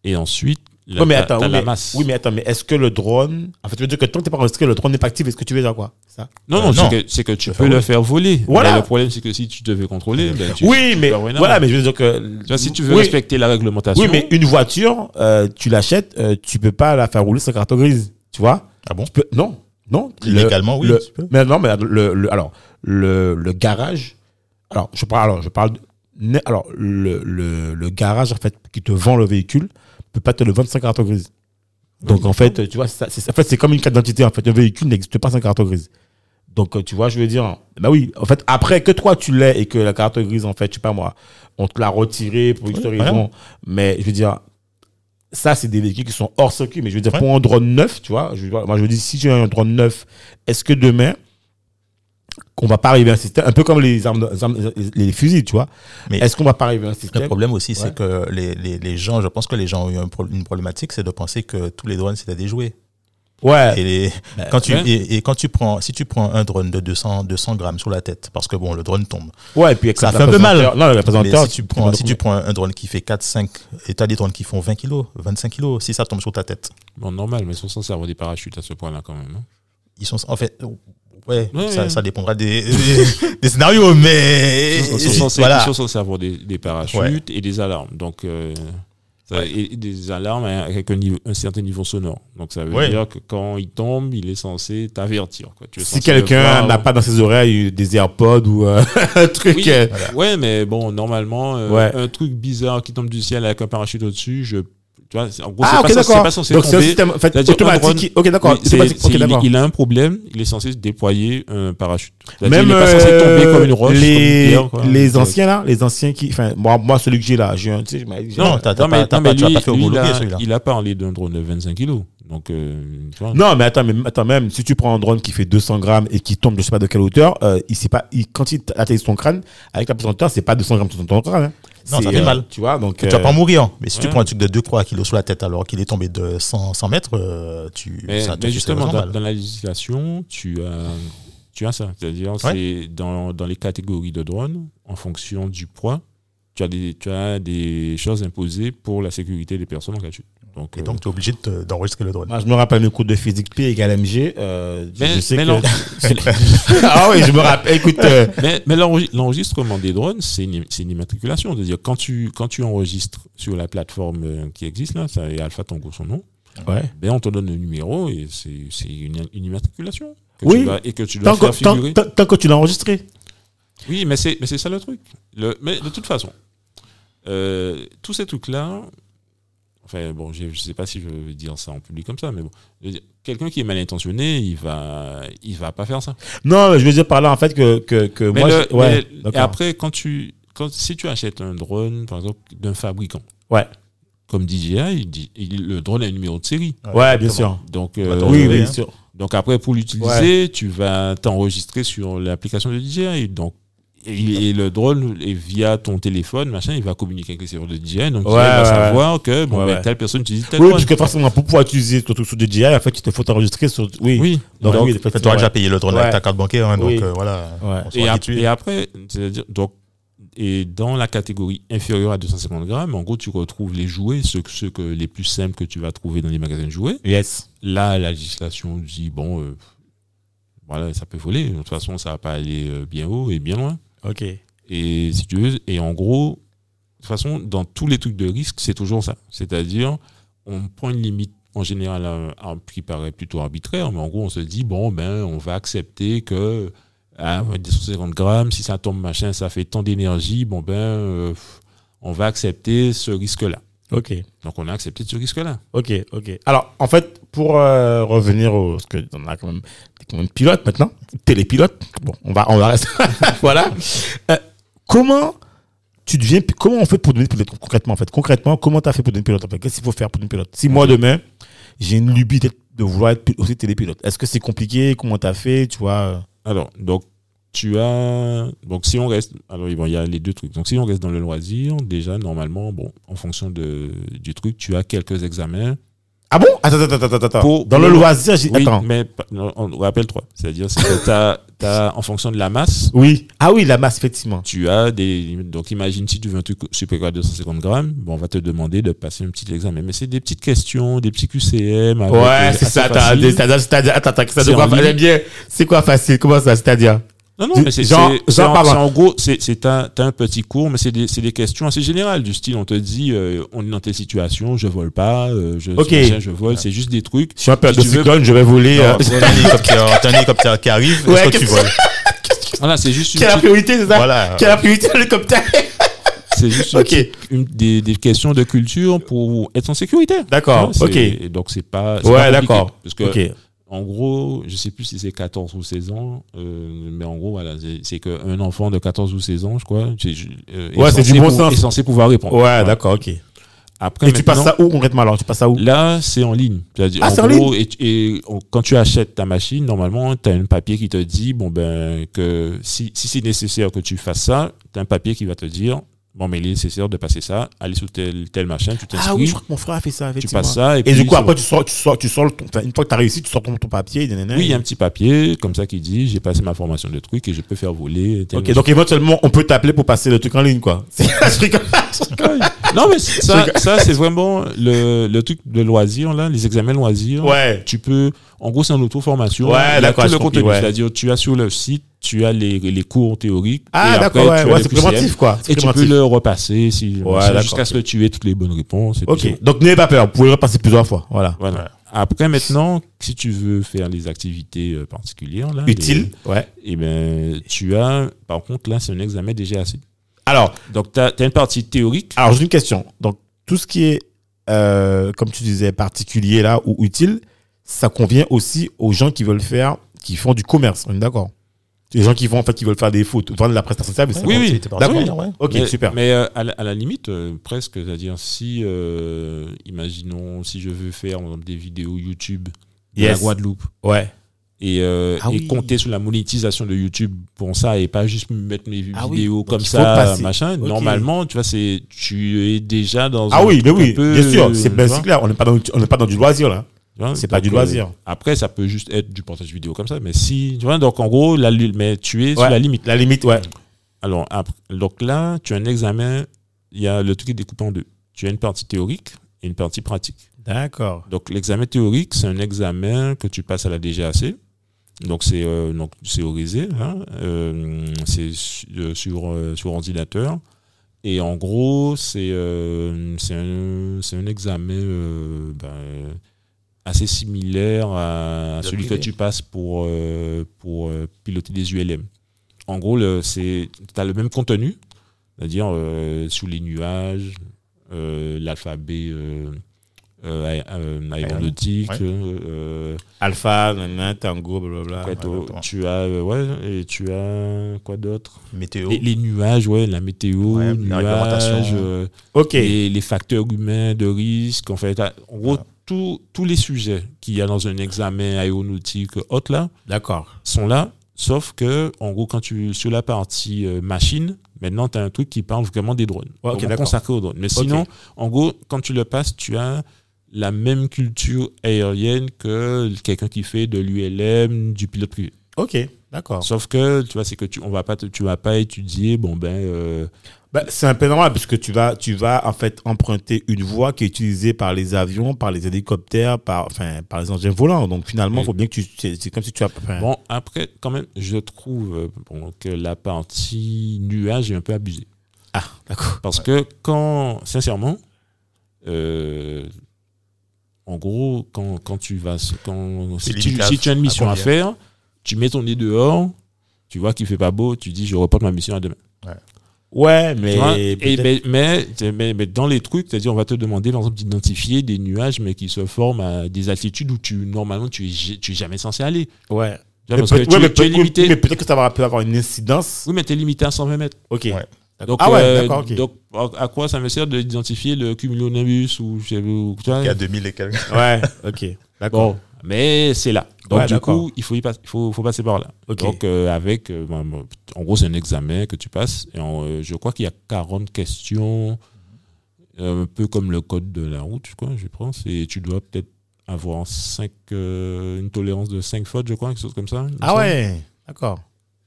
Speaker 3: Et ensuite, là,
Speaker 1: Ouais, mais
Speaker 3: t'as-
Speaker 1: attends,
Speaker 3: t'as
Speaker 1: oui,
Speaker 3: la
Speaker 1: mais,
Speaker 3: masse.
Speaker 1: oui, mais attends, mais est-ce que le drone, en fait, tu veux dire que tant que t'es pas enregistré, le drone n'est pas actif, est-ce que tu veux dire quoi ça
Speaker 3: Non,
Speaker 2: Euh,
Speaker 3: non,
Speaker 2: non.
Speaker 3: c'est que, c'est que tu
Speaker 1: Le
Speaker 3: peux
Speaker 1: faire
Speaker 3: le faire voler.
Speaker 1: Bah, Voilà.
Speaker 3: Mais le problème, c'est que si tu devais contrôler, ben, tu,
Speaker 1: Oui,
Speaker 3: tu
Speaker 1: mais
Speaker 3: peux avoir une
Speaker 1: voilà,
Speaker 3: amende.
Speaker 1: mais je veux dire que.
Speaker 3: Tu vois, si tu veux
Speaker 1: oui,
Speaker 3: respecter la réglementation,
Speaker 1: Oui, mais une voiture, euh, tu l'achètes, euh, tu peux pas la faire rouler sans carte grise, tu vois
Speaker 2: Ah bon
Speaker 1: Tu peux- Non, non. le-
Speaker 2: Légalement, oui.
Speaker 1: le-
Speaker 2: tu peux.
Speaker 1: Mais non, mais le, le- alors, le, le garage. Alors, je parle, alors, je parle de- ne- alors, le, le, le garage, en fait, qui te vend le véhicule, peut pas te le vendre sans carte grise. Donc en fait, tu vois, ça- c'est en fait, c'est comme une carte d'identité. En fait, un véhicule n'existe pas sans carte grise. Donc euh, tu vois, je veux dire, bah oui, en fait, après que toi tu l'aies et que la carte grise, en fait, je sais pas moi, on te l'a retirée pour une
Speaker 2: Ouais,
Speaker 1: raison. Mais je veux dire, ça, c'est des véhicules qui sont hors circuit. Mais je veux dire,
Speaker 2: Ouais.
Speaker 1: pour un drone neuf, tu vois, je, veux dire, moi je me dis, si j'ai un drone neuf, est-ce que demain, qu'on va pas arriver à un système, un peu comme les armes, les armes- les fusils, tu vois,
Speaker 2: Mais-
Speaker 1: est-ce qu'on va pas arriver à un
Speaker 2: Le
Speaker 1: système
Speaker 2: problème aussi,
Speaker 1: Ouais.
Speaker 2: c'est que les, les, les gens, je pense que les gens ont eu un pro- une problématique, c'est de penser que tous les drones, c'était des jouets.
Speaker 1: Ouais,
Speaker 2: Et, les- quand tu,
Speaker 3: ouais.
Speaker 2: et, et quand tu prends, si tu prends un drone de 200, 200 grammes sur la tête, parce que bon, le drone tombe.
Speaker 1: ouais, et puis avec
Speaker 2: ça
Speaker 1: le
Speaker 2: fait un peu mal.
Speaker 1: présenteur- Non, le
Speaker 2: Mais
Speaker 1: présenteur,
Speaker 2: si tu prends, si tu prends un drone qui fait 4, 5, et tu as des drones qui font 20 kilos, 25 kilos, si ça tombe sur ta tête,
Speaker 3: Bon, normal, mais ils sont censés avoir des parachutes à ce point-là quand même. hein.
Speaker 2: ils sont, en fait, ouais,
Speaker 3: Ouais,
Speaker 2: ça,
Speaker 3: ouais.
Speaker 2: ça dépendra des, des, des scénarios, mais
Speaker 3: Ils sont- ils sont censés- ils
Speaker 2: voilà.
Speaker 3: sont censés avoir des, des parachutes
Speaker 2: Ouais.
Speaker 3: et des alarmes. Donc, euh, ça- et- et des alarmes avec un, niveau- un certain niveau sonore. Donc, ça veut
Speaker 2: Ouais.
Speaker 3: dire que quand il tombe, il est censé t'avertir. quoi. Tu es
Speaker 1: Si
Speaker 3: censé le
Speaker 1: quelqu'un
Speaker 3: voir.
Speaker 1: n'a pas dans ses oreilles des AirPods ou euh, un truc.
Speaker 3: Oui.
Speaker 1: euh,
Speaker 3: Ouais, mais bon, normalement, euh,
Speaker 1: Ouais.
Speaker 3: un truc bizarre qui tombe du ciel avec un parachute au-dessus, je. Tu vois, c'est- en gros,
Speaker 1: Ah, ok,
Speaker 3: c'est pas, censé- c'est
Speaker 1: d'accord.
Speaker 3: pas censé
Speaker 1: Donc c'est un
Speaker 3: tomber.
Speaker 1: système en fait,
Speaker 3: C'est-à-dire un drone-
Speaker 1: automatique. qui- Ok, d'accord.
Speaker 3: Oui, c'est-
Speaker 1: automatique,
Speaker 3: c'est-
Speaker 1: Ok,
Speaker 3: il-
Speaker 1: d'accord.
Speaker 3: il a un problème, il est censé déployer un parachute. C'est-à-dire,
Speaker 1: Même
Speaker 3: il est pas censé
Speaker 1: euh,
Speaker 3: tomber comme une roche, comme une
Speaker 1: les,
Speaker 3: pierre, quoi.
Speaker 1: les
Speaker 3: Donc,
Speaker 1: anciens là, les anciens qui. Enfin, moi, moi celui que j'ai là, j'ai un. Tu sais, je m'avais- j'ai-
Speaker 2: Non, t'as- t'as
Speaker 3: mais-
Speaker 2: pas- t'as
Speaker 3: mais
Speaker 2: pas- tu l'as
Speaker 3: lui-
Speaker 2: pas fait
Speaker 3: lui, il,
Speaker 2: homologuer,
Speaker 3: a,
Speaker 2: celui-là.
Speaker 3: il a parlé d'un drone de 25 kilos. Donc, euh, tu vois.
Speaker 1: Non, mais attends, mais attends, même si tu prends un drone qui fait 200 grammes et qui tombe, je sais pas de quelle hauteur, euh, il sait pas, il, quand il atterrit sur ton crâne, avec la présenteur, c'est pas 200 grammes sur ton crâne. hein.
Speaker 2: Non, ça
Speaker 1: C'est,
Speaker 2: fait
Speaker 1: euh,
Speaker 2: mal.
Speaker 1: Tu vois, donc.
Speaker 2: Tu vas
Speaker 1: euh,
Speaker 2: pas mourir. Mais si tu
Speaker 3: ouais.
Speaker 2: prends un truc de 2-3 kilos sur la tête alors qu'il est tombé de 100, 100 mètres, euh, tu.
Speaker 3: Mais,
Speaker 2: ça,
Speaker 3: mais
Speaker 2: tu- tu- c'est
Speaker 3: justement, dans,
Speaker 2: normal.
Speaker 3: dans la législation, tu as, tu as ça. C'est-à-dire, c'est dans, dans les catégories de drones, en fonction du poids, tu as des, tu as des choses imposées pour la sécurité des personnes en cas de chute. Donc,
Speaker 2: Et
Speaker 3: euh,
Speaker 2: donc, tu es obligé de te- d'enregistrer le drone.
Speaker 1: Moi, je me rappelle mes cours de physique P égale MG. euh, je-
Speaker 3: mais,
Speaker 1: je sais
Speaker 3: mais
Speaker 1: que-
Speaker 3: l'en-
Speaker 1: ah oui, je me rappelle. Écoute, euh,
Speaker 3: mais- mais l'enregi- l'enregistrement des drones, c'est une, c'est une immatriculation. C'est-à-dire, quand tu, quand tu enregistres sur la plateforme euh, qui existe, là, ça est Alpha Tango son nom,
Speaker 1: ouais.
Speaker 3: ben, on te donne le numéro et c'est c'est une, une immatriculation. que
Speaker 1: Oui.
Speaker 3: tu dois- et que tu dois
Speaker 1: tant,
Speaker 3: faire
Speaker 1: que, tant-
Speaker 3: figurer.
Speaker 1: tant- tant que tu l'as enregistré.
Speaker 3: Oui, mais c'est, mais c'est ça le truc. Le, mais de toute façon, euh, tous ces trucs-là, enfin bon, je ne sais pas si je veux dire ça en public comme ça, mais bon, je veux dire, quelqu'un qui est mal intentionné, il va, il va pas faire ça.
Speaker 1: Non, mais je veux dire par là en fait que, que, que
Speaker 3: Mais
Speaker 1: moi.
Speaker 3: le-
Speaker 1: je- ouais,
Speaker 3: mais- et
Speaker 1: d'accord.
Speaker 3: après, quand tu, quand, si tu achètes un drone, par exemple, d'un fabricant,
Speaker 1: Ouais.
Speaker 3: comme DJI, il dit- il- le drone a un numéro de série.
Speaker 1: ouais, bien sûr.
Speaker 3: Donc,
Speaker 2: va
Speaker 3: euh,
Speaker 2: t'en
Speaker 1: Bah, Oui,
Speaker 2: Ouais,
Speaker 1: oui,
Speaker 2: hein.
Speaker 1: bien sûr.
Speaker 3: donc après, pour l'utiliser, tu vas t'enregistrer sur l'application de DJI. Donc, et, et le drone, et via ton téléphone, machin, il va communiquer avec les serveurs de DJI. Donc,
Speaker 1: Ouais,
Speaker 3: il va
Speaker 1: ouais,
Speaker 3: savoir que bon,
Speaker 1: Ouais,
Speaker 3: ben,
Speaker 1: ouais.
Speaker 3: telle personne utilise tel
Speaker 1: Oui,
Speaker 3: drone.
Speaker 1: parce que forcément, pour pouvoir utiliser ton truc sur DJI, en fait, il te faut t'enregistrer sur. Oui.
Speaker 3: Oui.
Speaker 1: Donc, oui,
Speaker 3: Donc,
Speaker 2: En fait,
Speaker 1: effectivement,
Speaker 2: tu auras
Speaker 1: ouais.
Speaker 2: déjà payé le drone
Speaker 1: Ouais.
Speaker 2: avec ta carte bancaire, hein, donc
Speaker 1: Oui.
Speaker 2: euh, voilà.
Speaker 1: Ouais.
Speaker 2: On s'en
Speaker 3: et, ap-
Speaker 2: habitue.
Speaker 3: et après, c'est-à-dire, donc, et dans la catégorie inférieure à 250 grammes, en gros, tu retrouves les jouets, ceux, que- ceux que les plus simples que tu vas trouver dans les magasins de jouets.
Speaker 1: Yes.
Speaker 3: Là, la législation dit, bon, euh, voilà, ça peut voler. De toute façon, ça va pas aller euh, bien haut et bien loin.
Speaker 1: Ok.
Speaker 3: Et si tu veux, et en gros, de toute façon, dans tous les trucs de risque, c'est toujours ça. C'est-à-dire, on prend une limite en général un- un- qui paraît plutôt arbitraire, mais en gros, on se dit, bon, ben, on va accepter que ah, à 250 grammes, si ça tombe, machin, ça fait tant d'énergie, bon, ben, euh, pff, on va accepter ce risque-là.
Speaker 1: Ok.
Speaker 3: Donc, on a accepté ce risque-là.
Speaker 1: Ok. Ok. Alors, en fait, pour euh, revenir au. Parce que on a quand même, t'es quand même pilote maintenant, télépilote. Bon, on va, on va rester. voilà. Euh, comment. Tu deviens, comment on fait pour devenir pilote concrètement en fait Concrètement, comment tu as fait pour devenir pilote en fait Qu'est-ce qu'il faut faire pour devenir pilote Si moi demain, j'ai une lubie peut-être de vouloir être pi- aussi télépilote, est-ce que c'est compliqué Comment tu as fait Tu vois euh,
Speaker 3: Alors, donc, tu as. Donc, si on reste. Alors, bon, il y a les deux trucs. Donc, si on reste dans le loisir, déjà, normalement, bon, en fonction de, du truc, tu as quelques examens.
Speaker 1: Ah bon Attends, attends, attends, attends. attends.
Speaker 3: Pour-
Speaker 1: Dans le
Speaker 3: pour-
Speaker 1: loisir, j'ai.
Speaker 3: Oui,
Speaker 1: attends.
Speaker 3: mais pa- non, on rappelle-toi. C'est-à-dire, c'est que tu as, en fonction de la masse,
Speaker 1: Oui. Ah oui, la masse, effectivement.
Speaker 3: tu as des. Donc, imagine si tu veux un truc supérieur à 250 grammes, bon, on va te demander de passer un petit examen. Mais c'est des petites questions, des petits QCM. avec, euh,
Speaker 1: Ouais, c'est
Speaker 3: assez
Speaker 1: ça. Attends,
Speaker 3: facile.
Speaker 1: des- c'est-à-dire- c'est-à-dire- attends, attends, c'est-à-dire quoi
Speaker 3: C'est en ligne.
Speaker 1: j'aime Eh bien. C'est quoi facile Comment ça C'est-à-dire
Speaker 3: Non,
Speaker 1: Du-
Speaker 3: non, mais c'est
Speaker 1: genre-
Speaker 3: c'est- c'est
Speaker 1: genre,
Speaker 3: en,
Speaker 1: pardon.
Speaker 3: c'est en gros, c'est c'est un, t'as un petit cours, mais c'est des, c'est des questions assez générales du style, on te dit, euh, on est dans telle situation, je vole pas, euh, je,
Speaker 1: Ok.
Speaker 3: machin, je vole, c'est juste des trucs.
Speaker 1: Je suis un peu
Speaker 3: Si
Speaker 1: de
Speaker 3: tu veux-
Speaker 1: cyclone, je vais voler. euh,
Speaker 2: Non, T'as un hélicoptère- t'as un hélicoptère qui arrive,
Speaker 1: Ouais,
Speaker 2: est-ce que tu
Speaker 1: qu'est-ce-
Speaker 2: voles
Speaker 3: Voilà, c'est juste une
Speaker 1: Quelle est la
Speaker 3: petite-
Speaker 1: priorité, c'est ça
Speaker 2: Voilà.
Speaker 1: Quelle est la priorité, l'hélicoptère
Speaker 3: C'est juste une
Speaker 1: Ok.
Speaker 3: petite- une- des, des questions de culture pour être en sécurité.
Speaker 1: D'accord,
Speaker 3: Tu vois,
Speaker 1: ok.
Speaker 3: c'est- Donc c'est pas. c'est
Speaker 1: Ouais,
Speaker 3: pas compliqué.
Speaker 1: d'accord.
Speaker 3: Parce que
Speaker 1: Ok.
Speaker 3: en gros, je sais plus si c'est 14 ou 16 ans, euh, mais en gros, voilà, c'est- c'est qu'un enfant de 14 ou 16 ans, je crois, c'est- je- euh,
Speaker 1: Ouais, c'est
Speaker 3: censé
Speaker 1: du bon
Speaker 3: pour-
Speaker 1: sens.
Speaker 3: est censé pouvoir répondre. Voilà.
Speaker 1: Ouais, d'accord, ok. Et
Speaker 3: Après,
Speaker 1: tu passes
Speaker 3: maintenant, Ah
Speaker 1: ça où concrètement alors Tu passes ça où
Speaker 3: Là, c'est en ligne. C'est-à-dire,
Speaker 1: Ah,
Speaker 3: en
Speaker 1: c'est en
Speaker 3: gros, et, et on- quand tu achètes ta machine, normalement, tu as un papier qui te dit bon ben que si, si c'est nécessaire que tu fasses ça, tu as un papier qui va te dire bon mais il est nécessaire de passer ça, aller sur tel tel machin, tu t'inscris,
Speaker 1: Ah oui, je crois que mon frère a fait ça,
Speaker 3: tu
Speaker 1: effectivement.
Speaker 3: passes ça et,
Speaker 1: Et
Speaker 3: puis,
Speaker 1: du coup,
Speaker 3: c'est
Speaker 1: après,
Speaker 3: bon.
Speaker 1: tu sors, tu sors, tu sors le ton- enfin, une fois que t'as réussi, tu sors ton, ton papier. et nanana.
Speaker 3: oui, il y a un petit papier comme ça qui dit j'ai passé ma formation de truc et je peux faire voler. tel
Speaker 1: Ok, donc éventuellement, on peut t'appeler pour passer le truc en ligne, quoi. C'est je rigole.
Speaker 3: non mais c'est- ça, ça c'est vraiment le, le truc de loisir là, les examens loisirs.
Speaker 1: Ouais.
Speaker 3: Tu peux, en gros, c'est en auto-formation.
Speaker 1: Ouais,
Speaker 3: Il y a
Speaker 1: d'accord,
Speaker 3: tout
Speaker 1: j'ai
Speaker 3: le
Speaker 1: compris,
Speaker 3: contenu,
Speaker 1: ouais.
Speaker 3: c'est-à-dire tu as sur le site, tu as les, les cours théoriques.
Speaker 1: Ah,
Speaker 3: et après,
Speaker 1: d'accord, ouais,
Speaker 3: tu as
Speaker 1: ouais,
Speaker 3: les
Speaker 1: c'est
Speaker 3: QCM,
Speaker 1: préventif, quoi. C'est
Speaker 3: Et tu peux
Speaker 1: préventif.
Speaker 3: le repasser si,
Speaker 1: Ouais,
Speaker 3: machin,
Speaker 1: d'accord.
Speaker 3: jusqu'à ce que tu aies toutes les bonnes réponses. et puis c'est
Speaker 1: Ok,
Speaker 3: bon.
Speaker 1: donc n'ayez pas peur, vous pouvez le passer plusieurs fois. Voilà.
Speaker 3: Voilà. Après, maintenant, si tu veux faire les activités euh, particulières, là,
Speaker 1: Utile. Ouais.
Speaker 3: les- eh ben, tu as, par contre, là, c'est un examen déjà assez.
Speaker 1: Alors,
Speaker 3: Donc, tu as, une partie théorique.
Speaker 1: alors j'ai une question. Donc, tout ce qui est, euh, comme tu disais, particulier là ou utile, ça convient aussi aux gens qui veulent faire, qui font du commerce. On est d'accord Les gens qui font, en fait, qui veeux faire des fautes, vendre de la prestation de service.
Speaker 3: Oui, oui.
Speaker 1: D'accord.
Speaker 3: Oui.
Speaker 2: ouais.
Speaker 1: Ok,
Speaker 3: mais,
Speaker 1: super.
Speaker 3: Mais euh, à, la, à la limite, euh, presque, c'est-à-dire si, euh, imaginons, si je veux faire par exemple, des vidéos YouTube de la
Speaker 1: Yes.
Speaker 3: Guadeloupe
Speaker 1: Ouais.
Speaker 3: et, euh,
Speaker 1: Ah
Speaker 3: et
Speaker 1: oui.
Speaker 3: compter sur la monétisation de YouTube pour ça et pas juste mettre mes
Speaker 1: Ah oui.
Speaker 3: vidéos
Speaker 1: Donc,
Speaker 3: comme
Speaker 1: il faut
Speaker 3: ça,
Speaker 1: passer.
Speaker 3: machin,
Speaker 1: Ok.
Speaker 3: normalement, tu vois, c'est, tu es déjà dans
Speaker 1: Ah
Speaker 3: un
Speaker 1: oui, mais
Speaker 3: truc un
Speaker 1: oui,
Speaker 3: peu,
Speaker 1: bien sûr. C'est
Speaker 3: tu
Speaker 1: ben,
Speaker 3: vois,
Speaker 1: c'est clair, on n'est pas, dans- on n'est pas dans du loisir là.
Speaker 3: tu vois,
Speaker 1: c'est pas
Speaker 3: donc,
Speaker 1: du
Speaker 3: euh,
Speaker 1: loisir.
Speaker 3: après, ça peut juste être du portage vidéo comme ça, mais si, tu vois, donc en gros, la, lu- mais tu es
Speaker 1: Ouais.
Speaker 3: sur la limite.
Speaker 1: La limite, ouais.
Speaker 3: Alors, après- donc là, tu as un examen, il y a le truc est découpé en deux. Tu as une partie théorique et une partie pratique.
Speaker 1: D'accord.
Speaker 3: Donc, l'examen théorique, c'est un examen que tu passes à la DGAC. Donc, c'est euh, donc, c'est horisé, hein, euh, c'est su- euh, sur, euh, sur ordinateur. Et en gros, c'est euh, c'est un, c'est un examen euh, ben, assez similaire à
Speaker 2: De
Speaker 3: celui que
Speaker 2: privé.
Speaker 3: tu passes pour, euh, pour euh, piloter des ULM. En gros, tu as le même contenu, c'est-à-dire euh, sous les nuages, euh, l'alphabet euh, euh, aé- euh, aéronautique,
Speaker 2: Ouais.
Speaker 3: euh,
Speaker 1: Alpha, nanana, tango, blablabla.
Speaker 3: après, t'as-
Speaker 2: Ah, exactement.
Speaker 3: tu as euh, ouais et tu as quoi d'autre
Speaker 2: Météo.
Speaker 3: les, les nuages ouais la météo
Speaker 2: Oh. Ouais, la
Speaker 3: nuages,
Speaker 2: réglementation.
Speaker 3: euh,
Speaker 1: Ok.
Speaker 3: les, les facteurs humains de risque en fait t'as- en gros
Speaker 2: Voilà.
Speaker 3: tous- tous les sujets qu'il y a dans un examen aéronautique haute là
Speaker 1: D'accord.
Speaker 3: sont là sauf que en gros quand tu sur la partie euh, machine maintenant tu as un truc qui parle vraiment des drones
Speaker 1: Ouais, ok,
Speaker 3: vraiment
Speaker 1: d'accord.
Speaker 3: consacré aux drones mais sinon en gros quand tu le passes tu as la même culture aérienne que quelqu'un qui fait de l'ULM du pilote privé
Speaker 1: Ok, d'accord.
Speaker 3: Sauf que tu vois, c'est que tu on va pas te- tu vas pas étudier bon ben euh,
Speaker 1: Bah, c'est un peu normal parce que tu vas, tu vas en fait emprunter une voie qui est utilisée par les avions, par les hélicoptères, par, enfin, par les engins volants. Donc finalement, il
Speaker 3: Oui.
Speaker 1: faut bien que tu. C'est c'est comme si tu as. enfin,
Speaker 3: bon après quand même je trouve euh, bon, que la partie nuage est un peu abusée
Speaker 1: Ah, d'accord.
Speaker 3: parce que quand sincèrement euh, en gros quand, quand tu vas quand si
Speaker 2: C'est
Speaker 3: tu,
Speaker 2: limite à-
Speaker 3: si tu as une
Speaker 2: à
Speaker 3: mission à,
Speaker 2: combien
Speaker 3: faire tu mets ton nez dehors tu vois qu'il fait pas beau tu dis je reporte ma mission à demain
Speaker 1: Ouais, mais.
Speaker 3: Tu vois, et ben,
Speaker 1: peut-être-
Speaker 3: mais, mais, mais- mais dans les trucs, c'est-à-dire on va te demander par exemple d'identifier des nuages mais qui se forment à des altitudes où tu normalement tu es, ja- tu es jamais censé aller.
Speaker 1: ouais.
Speaker 3: Tu vois,
Speaker 1: Mais
Speaker 3: parce
Speaker 1: peut-
Speaker 3: que tu,
Speaker 1: ouais, mais
Speaker 3: tu es
Speaker 1: peut-
Speaker 3: limité.
Speaker 1: mais peut-être que ça va peut avoir une incidence.
Speaker 3: oui, mais tu es limité à 120 mètres.
Speaker 1: Ok.
Speaker 2: Ouais.
Speaker 3: Donc,
Speaker 1: Ah ouais,
Speaker 3: euh,
Speaker 1: d'accord, ok.
Speaker 3: donc à, à quoi ça me sert d'identifier le cumulonimbus ou je sais pas où, tu vois
Speaker 2: Il y a 2000 et quelques.
Speaker 1: Ouais, ok. D'accord.
Speaker 3: Bon, mais c'est là. Donc
Speaker 1: Ouais,
Speaker 3: du
Speaker 1: d'accord.
Speaker 3: coup, il faut y passer, il faut, faut passer par là.
Speaker 1: Ok.
Speaker 3: Donc euh, avec, euh, bon, bon, en gros, c'est un examen que tu passes. Et en, euh, je crois qu'il y a 40 questions, euh, un peu comme le code de la route, quoi, je pense. Et tu dois peut-être avoir cinq, euh, une tolérance de 5 fautes, je crois, quelque chose comme ça. il me
Speaker 1: ah
Speaker 3: semble.
Speaker 1: ouais, d'accord.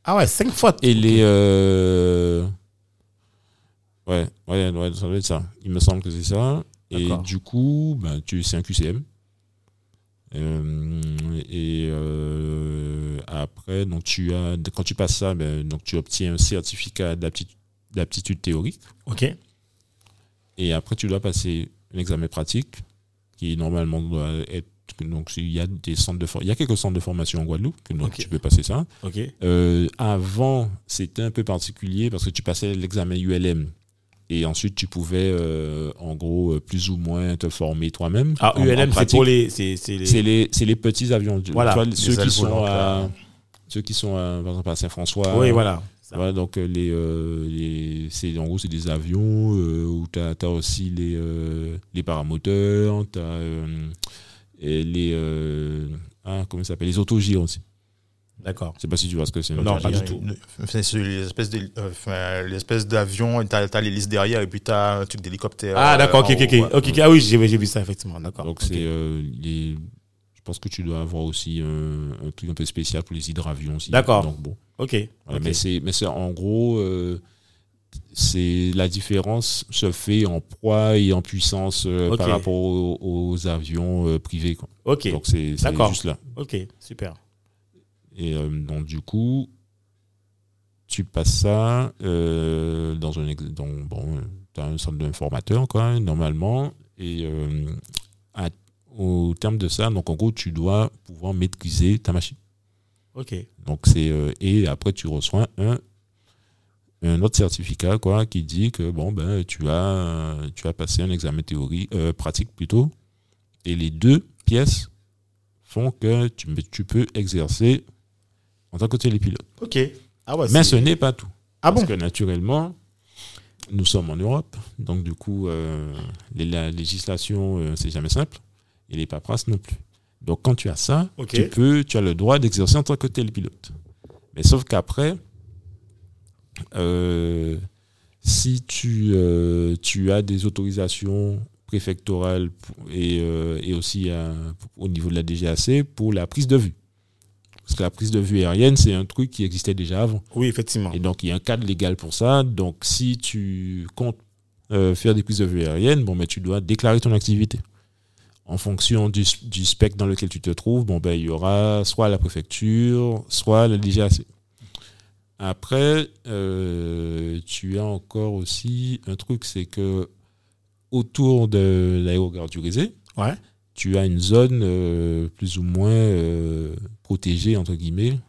Speaker 1: Ah ouais, cinq fois.
Speaker 3: Et les, euh, ouais, ouais, ouais, ça doit être ça. Il me semble que c'est ça. Et
Speaker 1: D'accord.
Speaker 3: du coup, ben, tu, c'est un QCM. Euh, et euh, après, donc tu as, quand tu passes ça, ben, donc tu obtiens un certificat d'aptitude, d'aptitude théorique.
Speaker 1: Ok.
Speaker 3: Et après, tu dois passer un examen pratique qui normalement doit être. Donc, il y a des centres de for- il y a quelques centres de formation en Guadeloupe, donc
Speaker 1: Ok.
Speaker 3: tu peux passer ça.
Speaker 1: Ok.
Speaker 3: Euh, avant, c'était un peu particulier parce que tu passais l'examen ULM Et ensuite, tu pouvais, euh, en gros, euh, plus ou moins te former toi-même.
Speaker 1: Ah,
Speaker 3: En- en
Speaker 1: ULM, c'est
Speaker 3: pratique,
Speaker 1: pour les. C'est c'est les-
Speaker 3: C'est les, c'est les petits avions. Tu
Speaker 1: Voilà,
Speaker 3: vois,
Speaker 1: les
Speaker 3: ceux,
Speaker 2: ailes
Speaker 3: qui sont
Speaker 2: volantes,
Speaker 3: à,
Speaker 2: là.
Speaker 3: ceux qui sont, à, par exemple, à Saint-François.
Speaker 1: Oui, voilà. Ça.
Speaker 3: Voilà, donc euh, les, euh, les- c'est en gros c'est des avions euh, où tu as, aussi les euh, les paramoteurs, tu as les euh, ah, comment ça s'appelle les autogires aussi.
Speaker 1: D'accord.
Speaker 3: Je sais pas si tu vois ce que c'est.
Speaker 1: Non,
Speaker 3: autogire.
Speaker 1: pas du tout.
Speaker 2: C'est c'est l'espèce de- euh, enfin, l'espèce d'avion, t'as as les listes derrière et puis t'as un truc d'hélicoptère.
Speaker 1: Ah, d'accord,
Speaker 2: euh,
Speaker 1: ok, ok,
Speaker 2: en
Speaker 1: ok.
Speaker 2: haut, ouais.
Speaker 1: Ok, ok. Ah oui, j'ai j'ai vu ça, effectivement. D'accord.
Speaker 3: Donc
Speaker 1: ok.
Speaker 3: c'est euh, les je pense que tu dois avoir aussi euh, un truc un peu spécial pour les hydravions aussi.
Speaker 1: D'accord.
Speaker 3: Donc bon.
Speaker 1: Ok.
Speaker 3: Voilà,
Speaker 1: ok.
Speaker 3: Mais c'est, mais c'est en gros, euh, c'est la différence se fait en poids et en puissance euh,
Speaker 1: Ok.
Speaker 3: par rapport aux, aux avions euh, privés. quoi.
Speaker 1: Ok,
Speaker 3: Donc c'est, c'est
Speaker 1: D'accord.
Speaker 3: juste là.
Speaker 1: ok, super.
Speaker 3: Et euh, donc du coup, tu passes ça euh, dans un ex- dans, bon, as un centre d'un formateur quoi, normalement et euh, à- au terme de ça, donc en gros, tu dois pouvoir maîtriser ta machine.
Speaker 1: Ok,
Speaker 3: Donc c'est euh, et après tu reçois un un autre certificat quoi qui dit que bon ben tu as euh, tu as passé un examen théorie euh, pratique plutôt et les deux pièces font que tu, tu peux exercer en tant que télépilote.
Speaker 1: ok. Ah ouais,
Speaker 3: Mais
Speaker 1: c'est-
Speaker 3: ce n'est pas tout
Speaker 1: Ah bon
Speaker 3: parce que naturellement nous sommes en Europe donc du coup euh, les- la législation euh, c'est jamais simple et les paperasses non plus. Donc quand tu as ça
Speaker 1: Ok.
Speaker 3: tu peux, tu as le droit d'exercer en tant que télépilote. Mais sauf qu'après, euh, si tu, euh, tu as des autorisations préfectorales pour- et, euh, et aussi euh, au niveau de la DGAC pour la prise de vue. Parce que la prise de vue aérienne, c'est un truc qui existait déjà avant.
Speaker 1: Oui, effectivement.
Speaker 3: Et donc, il y a un cadre légal pour ça. Donc, si tu comptes euh, faire des prises de vue aériennes, bon, ben, tu dois déclarer ton activité. En fonction du, s- du spectre dans lequel tu te trouves, bon, ben, il y aura soit la préfecture, soit la DGAC. Après, euh, tu as encore aussi un truc, c'est que autour de l'aérogare du Rézé,
Speaker 1: Ouais.
Speaker 3: tu as une zone euh, plus ou moins euh, protégée, entre guillemets. Et,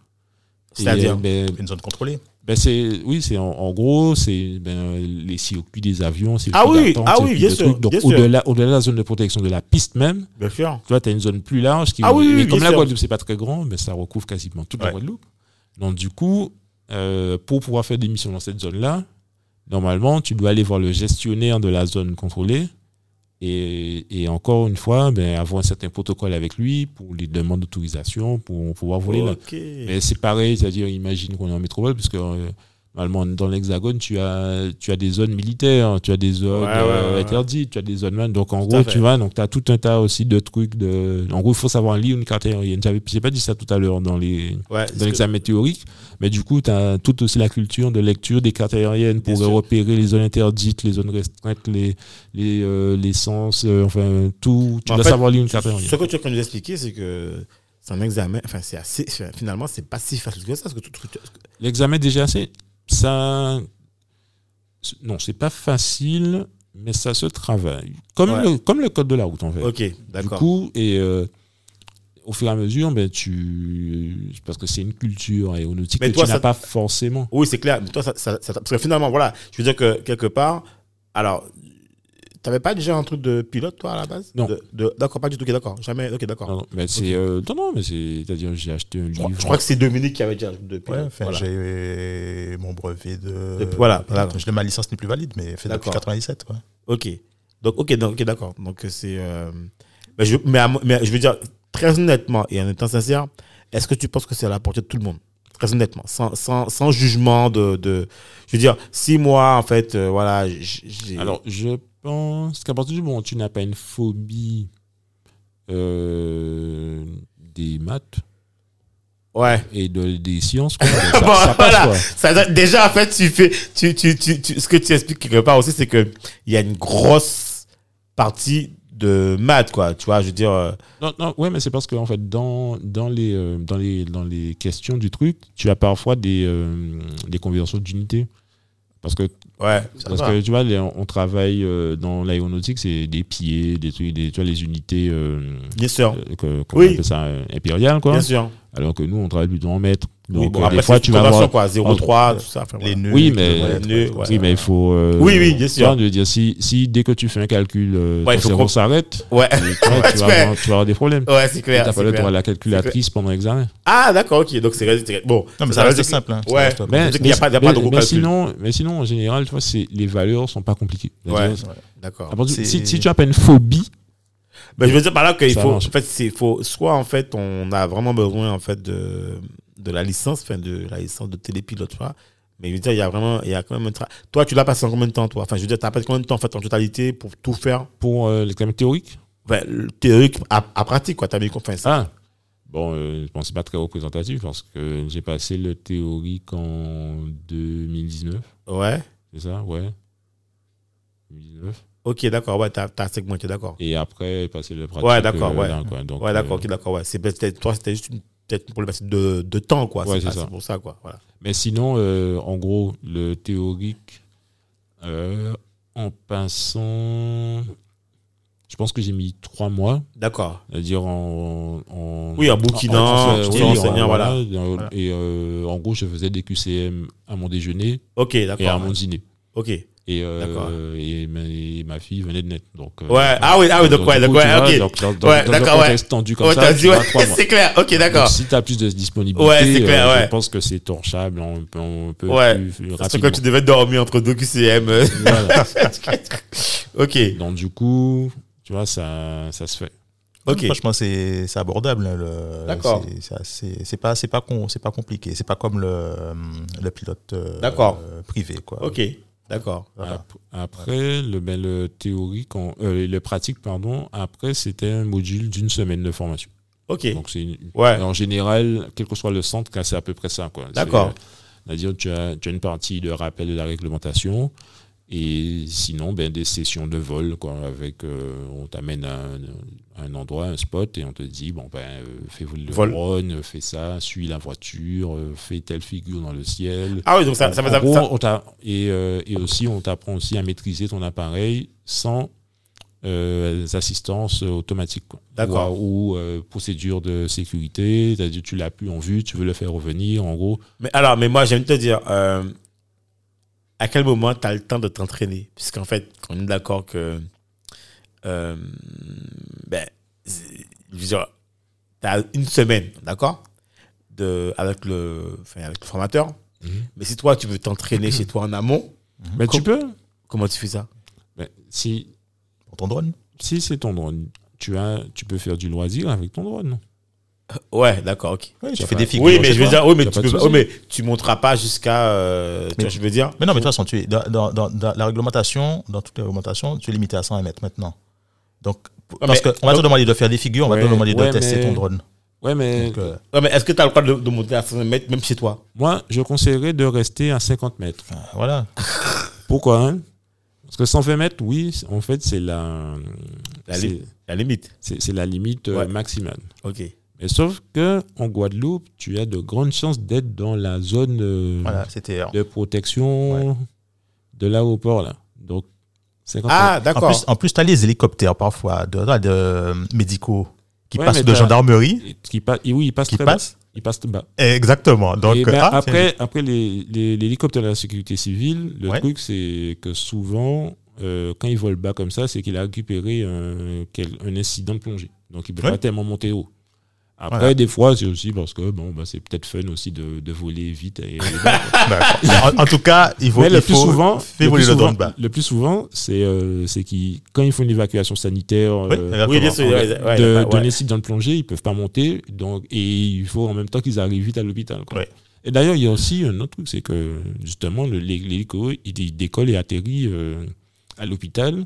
Speaker 1: C'est-à-dire
Speaker 3: euh, ben,
Speaker 2: Une zone contrôlée.
Speaker 3: ben c'est oui, c'est en, en gros, c'est ben, les circuits des avions, c'est
Speaker 1: Ah oui, ah oui, bien sûr,
Speaker 3: Donc
Speaker 1: bien sûr.
Speaker 3: au-delà au-delà de la zone de protection de la piste même,
Speaker 1: Bien sûr.
Speaker 3: tu vois, tu as une zone plus large qui
Speaker 1: Ah oui, oui, oui,
Speaker 3: mais comme
Speaker 1: bien
Speaker 3: la
Speaker 1: sûr.
Speaker 3: Guadeloupe c'est pas très grand, mais ça recouvre quasiment toute la
Speaker 2: Ouais.
Speaker 3: Guadeloupe. Donc du coup, euh, pour pouvoir faire des missions dans cette zone-là, normalement, tu dois aller voir le gestionnaire de la zone contrôlée et, et encore une fois, ben, avoir un certain protocole avec lui pour les demandes d'autorisation pour pouvoir voler là.
Speaker 1: Ok.
Speaker 3: Mais c'est pareil, c'est-à-dire, imagine qu'on est en métropole, parce que euh, normalement, dans l'Hexagone, tu as, tu as des zones militaires, tu as des zones
Speaker 1: Ouais, ouais,
Speaker 3: euh,
Speaker 1: ouais.
Speaker 3: interdites, tu as des zones. man- Donc, en
Speaker 1: Tout à
Speaker 3: gros,
Speaker 1: fait.
Speaker 3: tu vois, donc tu as tout un tas aussi de trucs. De... En gros, il faut savoir lire une carte aérienne. J'avais- J'ai pas dit ça tout à l'heure dans les.
Speaker 1: Ouais,
Speaker 3: Dans l'examen théorique, mais du coup, tu as toute aussi la culture de lecture des cartes aériennes pour
Speaker 1: Bien sûr.
Speaker 3: repérer les zones interdites, les zones restreintes, les, les, euh, les sens, euh, enfin tout. Tu
Speaker 1: Mais en
Speaker 3: dois
Speaker 1: fait,
Speaker 3: savoir lire une carte aérienne.
Speaker 1: ce que tu es en train de nous expliquer, c'est que c'est un examen. Enfin, c'est assez. Finalement, c'est pas si facile que ça. parce que tu- tu- tu-
Speaker 3: L'examen DGAC, ça. c'est- Non, c'est pas facile, mais ça se travaille. Comme,
Speaker 1: Ouais.
Speaker 3: le, comme le code de la route, en fait.
Speaker 1: Ok,
Speaker 3: du
Speaker 1: d'accord.
Speaker 3: coup, et euh, au fur et à mesure, ben, tu. Parce que c'est une culture aéronautique
Speaker 1: Mais
Speaker 3: que
Speaker 1: toi,
Speaker 3: tu
Speaker 1: ça-
Speaker 3: n'as pas forcément.
Speaker 1: Oui, c'est clair. Mais toi, ça, ça- ça- parce que finalement, voilà, je veux dire que quelque part, alors, t'avais pas déjà un truc de pilote, toi, à la base
Speaker 3: Non.
Speaker 1: De- de- D'accord, pas du tout. Ok, d'accord. Jamais. Ok, d'accord.
Speaker 3: Non, non, mais c'est. euh, non, non, mais c'est. C'est-à-dire, j'ai acheté un
Speaker 1: Je crois,
Speaker 3: livre.
Speaker 1: je crois que c'est Dominique qui avait déjà un truc de
Speaker 2: Ouais,
Speaker 1: pilote.
Speaker 2: enfin,
Speaker 1: Voilà.
Speaker 2: J'ai mon brevet de.
Speaker 1: Et puis voilà, voilà.
Speaker 2: Je l'ai- ma licence n'est plus valide, mais fait depuis
Speaker 1: D'accord.
Speaker 2: 97. ouais.
Speaker 1: Ok. Donc, ok, donc, ok, d'accord. Donc, c'est. euh, Mais, je, mais, à mo- mais je veux dire, très honnêtement et en étant sincère, est-ce que tu penses que c'est à la portée de tout le monde Très honnêtement, sans, sans, sans jugement de, de. Je veux dire, si moi, en fait, euh, voilà, j- j'ai.
Speaker 3: Alors, je pense qu'à partir du moment où tu n'as pas une phobie euh, des maths
Speaker 1: Ouais.
Speaker 3: et de, des sciences, quoi, ben, ça,
Speaker 1: Bon, Ah,
Speaker 3: ça passe,
Speaker 1: voilà.
Speaker 3: quoi.
Speaker 1: Ça veut dire- déjà, en fait, tu fais. Tu, tu, tu, tu- ce que tu expliques quelque part aussi, c'est qu'il y a une grosse partie de maths, quoi. Tu vois, je veux dire. euh,
Speaker 3: Non, non, ouais, mais c'est parce que en fait, dans, dans, les, euh, dans, les, dans les questions du truc, tu as parfois des, euh, des conversions d'unités. Parce que,
Speaker 1: ouais.
Speaker 2: Ça
Speaker 3: parce
Speaker 2: va.
Speaker 3: que tu vois, les- on travaille euh, dans l'aéronautique, c'est des pieds, des trucs, des, tu vois, les unités euh,
Speaker 1: Bien sûr.
Speaker 3: euh, que- qu'on
Speaker 1: Oui.
Speaker 3: appelle ça euh, impériales, quoi.
Speaker 1: Bien sûr.
Speaker 3: Alors que nous, on travaille plutôt en mètres. Donc,
Speaker 1: bon,
Speaker 3: euh,
Speaker 1: après,
Speaker 3: des fois,
Speaker 1: c'est
Speaker 3: tu vas
Speaker 1: programmation,
Speaker 3: avoir.
Speaker 1: quoi, 0,3, tout ça. enfin,
Speaker 2: Les
Speaker 1: voilà.
Speaker 2: nœuds.
Speaker 3: Oui,
Speaker 2: les
Speaker 3: mais-
Speaker 2: trucs,
Speaker 1: Les nœuds, ouais.
Speaker 3: Oui, mais il faut. euh,
Speaker 1: Oui, oui, bien sûr.
Speaker 3: toi, de dire si, si dès que tu fais un calcul, euh,
Speaker 1: Ouais, il
Speaker 3: ton
Speaker 1: faut
Speaker 3: cerveau
Speaker 1: qu'on-
Speaker 3: s'arrête,
Speaker 1: Ouais,
Speaker 3: tu, vois, tu vas
Speaker 1: Ouais.
Speaker 3: avoir, tu vas avoir des problèmes.
Speaker 1: ouais, c'est
Speaker 3: Tu
Speaker 1: clair.
Speaker 3: n'as pas
Speaker 1: c'est
Speaker 3: le
Speaker 1: clair.
Speaker 3: droit à la calculatrice pendant l'examen.
Speaker 1: Ah, d'accord, ok. Donc, c'est reste- c'est- Bon,
Speaker 2: Non, mais
Speaker 1: Ça
Speaker 2: ça
Speaker 1: reste
Speaker 2: reste
Speaker 1: que-
Speaker 2: simple. hein. Ça
Speaker 1: Ouais.
Speaker 2: reste-
Speaker 1: Mais- Donc, il y a pas- il y a pas de gros
Speaker 3: Ben, mais
Speaker 1: calcul.
Speaker 3: sinon, mais sinon, en général, tu vois, c'est- les valeurs sont pas compliquées.
Speaker 1: ouais,
Speaker 3: C'est-à-dire,
Speaker 1: d'accord.
Speaker 3: à partir du-
Speaker 2: C'est-
Speaker 3: Si, si tu as pas une phobie,
Speaker 1: Ben, je veux dire par là qu'il
Speaker 3: Ça
Speaker 1: faut, en
Speaker 3: marche.
Speaker 1: fait, c'est faut, soit en fait, on a vraiment besoin en fait de, de la licence, enfin de la licence de télépilote, tu vois. Mais je veux dire, il y a vraiment, il y a quand même un tra- Toi, tu l'as passé en combien de temps, toi Enfin, je veux dire, t'as passé combien de temps en fait en totalité pour tout faire
Speaker 3: pour euh, l'examen théorique,
Speaker 1: Enfin, le théorique à, à pratique, quoi. T'as mis enfin, ça.
Speaker 3: ah, bon, euh, je pense que c'est pas très représentatif parce que j'ai passé le théorique en 2019,
Speaker 1: Ouais.
Speaker 3: c'est ça, ouais, 2019.
Speaker 1: Ok, d'accord. Ouais, t'as, t'as segmenté, d'accord.
Speaker 3: Et après, passer le pratique.
Speaker 1: Ouais, d'accord,
Speaker 3: euh,
Speaker 1: ouais.
Speaker 3: là, quoi. Donc,
Speaker 1: Ouais, d'accord.
Speaker 3: euh,
Speaker 1: Ok, d'accord. Ouais. C'est peut-être toi, c'était juste une, peut-être une problématique de, de temps, quoi. c'est,
Speaker 3: Ouais, c'est
Speaker 1: pas-
Speaker 3: ça.
Speaker 1: c'est pour ça, quoi. Voilà.
Speaker 3: Mais sinon, euh, en gros, le théorique, euh, en passant, je pense que j'ai mis trois mois,
Speaker 1: D'accord.
Speaker 3: c'est-à-dire en, en-
Speaker 1: Oui, en bouquinant,
Speaker 3: en- en-
Speaker 1: tu
Speaker 3: en-
Speaker 1: dis,
Speaker 3: en-
Speaker 1: enseignant,
Speaker 3: en-
Speaker 1: voilà.
Speaker 3: dans-
Speaker 1: Voilà.
Speaker 3: Et euh, en gros, je faisais des QCM à mon déjeuner
Speaker 1: Ok,
Speaker 3: et à
Speaker 1: d'accord.
Speaker 3: mon dîner.
Speaker 1: Ok. Ouais.
Speaker 3: Et, euh,
Speaker 1: D'accord.
Speaker 3: et ma, et ma fille venait de naître. Donc, euh,
Speaker 1: Ah oui, ah oui. Donc,
Speaker 3: du
Speaker 1: ouais,
Speaker 3: coup,
Speaker 1: donc,
Speaker 3: tu
Speaker 1: ouais,
Speaker 3: vois,
Speaker 1: ok.
Speaker 3: donc, dans- dans-
Speaker 1: Ouais,
Speaker 3: dans un
Speaker 1: d'accord, ouais.
Speaker 3: contexte tendu comme
Speaker 1: Ouais,
Speaker 3: ça,
Speaker 1: t'as
Speaker 3: tu
Speaker 1: dit,
Speaker 3: vas
Speaker 1: ouais,
Speaker 3: trois mois.
Speaker 1: c'est clair, ok,
Speaker 3: Donc,
Speaker 1: d'accord.
Speaker 3: si tu as plus de disponibilité,
Speaker 1: Ouais, c'est clair,
Speaker 3: euh,
Speaker 1: ouais.
Speaker 3: je pense que c'est torchable un peu, un peu
Speaker 1: Ouais.
Speaker 3: plus, plus
Speaker 1: C'est quand
Speaker 3: rapidement.
Speaker 1: tu devais dormir entre deux QCM. euh.
Speaker 3: Voilà.
Speaker 1: ok,
Speaker 3: Donc du coup, tu vois, ça, ça se fait.
Speaker 1: ok.
Speaker 2: Franchement, c'est c'est abordable. hein, le-
Speaker 1: D'accord.
Speaker 2: c'est- c'est assez- C'est pas, c'est pas, con- c'est pas compliqué. C'est pas comme le, euh, le pilote euh,
Speaker 1: D'accord.
Speaker 2: euh, privé. Quoi.
Speaker 1: Ok, d'accord.
Speaker 2: Voilà.
Speaker 3: Ap- Après, le, ben, le théorique, en- euh, le pratique, pardon, après, c'était un module d'une semaine de formation.
Speaker 1: Ok,
Speaker 3: Donc c'est une-
Speaker 1: ouais,
Speaker 3: et en général, quel que soit le centre, c'est à peu près ça. quoi. C'est,
Speaker 1: D'accord.
Speaker 3: euh, C'est-à-dire tu as, tu as une partie de rappel de la réglementation et sinon ben, des sessions de vol quoi, avec euh, on t'amène à un, à un endroit, un spot et on te dit bon ben euh, fais le
Speaker 1: Vol.
Speaker 3: drone, euh, fais ça, suis la voiture, euh, fais telle figure dans le ciel.
Speaker 1: Ah oui, donc ça, ça,
Speaker 3: En
Speaker 1: ça-
Speaker 3: gros,
Speaker 1: ça-
Speaker 3: on t'a- et, euh, et aussi on t'apprend aussi à maîtriser ton appareil sans euh, assistances automatiques. quoi.
Speaker 1: D'accord.
Speaker 3: Ou, euh, procédure de sécurité, c'est-à-dire tu l'as plus en vue, tu veux le faire revenir, en gros.
Speaker 1: Mais alors, mais moi, j'aime te dire, euh, à quel moment tu as le temps de t'entraîner Puisqu'en fait, on est d'accord que. euh, ben, c'est- je veux dire, tu as une semaine, d'accord de, avec, le, enfin, avec le formateur.
Speaker 3: Mhm.
Speaker 1: Mais si toi, tu veux t'entraîner chez toi en amont,
Speaker 3: Mais tu peux.
Speaker 1: comment tu fais ça
Speaker 3: Ben, si
Speaker 2: Pour ton drone.
Speaker 3: si c'est ton drone, tu, as, tu peux faire du loisir avec ton drone. non
Speaker 1: Ouais, d'accord, ok.
Speaker 2: Ouais,
Speaker 3: Tu
Speaker 2: tu
Speaker 3: as
Speaker 2: fais
Speaker 3: pas-
Speaker 2: des figures.
Speaker 1: Oui, mais
Speaker 2: chez
Speaker 1: je veux
Speaker 2: toi.
Speaker 1: dire, oui, mais
Speaker 3: Y a
Speaker 1: tu
Speaker 3: pas de
Speaker 1: peux,
Speaker 3: souci.
Speaker 1: oui, mais tu monteras pas jusqu'à. euh, tu
Speaker 2: Mais-
Speaker 1: vois, je veux dire.
Speaker 2: Mais non, mais de toute façon, tu es, dans, dans- dans- dans la réglementation, dans toutes les réglementations, tu es limité à 100 mètres maintenant. Donc, p-
Speaker 1: Ouais,
Speaker 2: parce
Speaker 1: mais-
Speaker 2: qu'on va te demander de faire des figures, on va
Speaker 3: Ouais,
Speaker 2: te demander de
Speaker 3: ouais,
Speaker 2: tester
Speaker 3: mais-
Speaker 2: ton drone.
Speaker 3: Ouais, mais
Speaker 2: Donc, euh,
Speaker 1: Ouais, mais est-ce que tu as le droit de, de monter à 5 mètres, même chez toi
Speaker 3: moi, je conseillerais de rester à 50 mètres.
Speaker 1: Ah.
Speaker 2: voilà.
Speaker 3: Pourquoi hein Parce que 120 mètres, oui, c'est- en fait, c'est la,
Speaker 1: La
Speaker 3: c'est-
Speaker 1: limite. La limite.
Speaker 3: c'est- c'est la limite euh,
Speaker 1: Ouais.
Speaker 3: maximale.
Speaker 1: Ok.
Speaker 3: Mais sauf que en Guadeloupe, tu as de grandes chances d'être dans la zone euh,
Speaker 2: voilà c'était. En
Speaker 3: de protection de l'aéroport là. Donc 50 mètres.
Speaker 1: Ah, d'accord.
Speaker 2: plus, en plus tu as les hélicoptères parfois de, de- de médicaux qui
Speaker 3: Ouais,
Speaker 2: passent
Speaker 3: mais
Speaker 2: de
Speaker 3: t'as-
Speaker 2: gendarmerie.
Speaker 3: Et qui pa- et oui, il passe
Speaker 2: Qui
Speaker 3: très bas.
Speaker 2: passe
Speaker 3: Il passe très bas.
Speaker 2: Exactement. Donc,
Speaker 3: Et ben,
Speaker 2: ah,
Speaker 3: après, après les- les- l'hélicoptère de la sécurité civile, le
Speaker 2: Ouais.
Speaker 3: truc c'est que souvent, euh, quand il vole bas comme ça, c'est qu'il a récupéré un, quel- un incident de plongée. Donc il peut
Speaker 2: Ouais.
Speaker 3: pas tellement monter haut. Après,
Speaker 2: Voilà.
Speaker 3: des fois, c'est aussi parce que bon, bah, c'est peut-être fun aussi de, de voler vite. Et, et bas.
Speaker 2: D'accord. en, en tout cas, il faut,
Speaker 3: Mais le
Speaker 2: il
Speaker 3: plus
Speaker 2: faut
Speaker 3: souvent,
Speaker 2: faire
Speaker 3: le
Speaker 2: voler
Speaker 3: plus
Speaker 2: le drone
Speaker 3: souvent,
Speaker 2: bas.
Speaker 3: le plus souvent, c'est euh, c'est qu'ils quand ils font une évacuation sanitaire
Speaker 2: Oui,
Speaker 3: euh,
Speaker 2: exactement.
Speaker 1: Oui, bien sûr.
Speaker 3: de,
Speaker 1: ouais, ouais,
Speaker 3: de
Speaker 1: ouais.
Speaker 3: l'incident de plongée, ils peuvent pas monter, donc et il faut en même temps qu'ils arrivent vite à l'hôpital. quoi.
Speaker 2: Ouais.
Speaker 3: Et d'ailleurs, il y a aussi un autre truc, c'est que justement le- l'hé- l'hélico il, il décolle et atterrit euh, à l'hôpital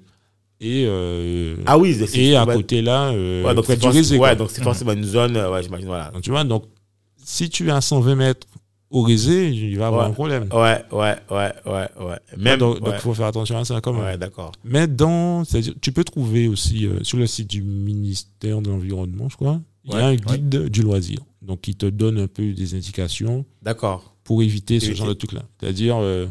Speaker 3: et euh,
Speaker 1: Ah oui, c'est-
Speaker 3: et
Speaker 1: c'est-
Speaker 3: à
Speaker 1: ouais.
Speaker 3: côté là, euh,
Speaker 1: Ouais, donc
Speaker 3: près
Speaker 1: c'est
Speaker 3: du
Speaker 1: forc-
Speaker 3: Rézé,
Speaker 1: ouais,
Speaker 3: quoi.
Speaker 1: donc c'est forcément une zone, euh, ouais, j'imagine, voilà.
Speaker 3: Donc, tu vois, donc si tu es à 120 mètres au Rézé, il va avoir
Speaker 1: Ouais.
Speaker 3: un problème.
Speaker 1: Ouais, ouais, ouais, ouais, ouais. Même.
Speaker 3: donc, il
Speaker 1: ouais,
Speaker 3: faut faire attention à ça quand même.
Speaker 1: ouais, d'accord.
Speaker 3: Mais dans, c'est-à-dire, tu peux trouver aussi euh, sur le site du ministère de l'Environnement, je crois, il y a un guide du loisir. Donc, qui te donne un peu des indications
Speaker 1: D'accord.
Speaker 3: pour éviter ce
Speaker 1: Éviter.
Speaker 3: genre de truc-là. C'est-à-dire, euh,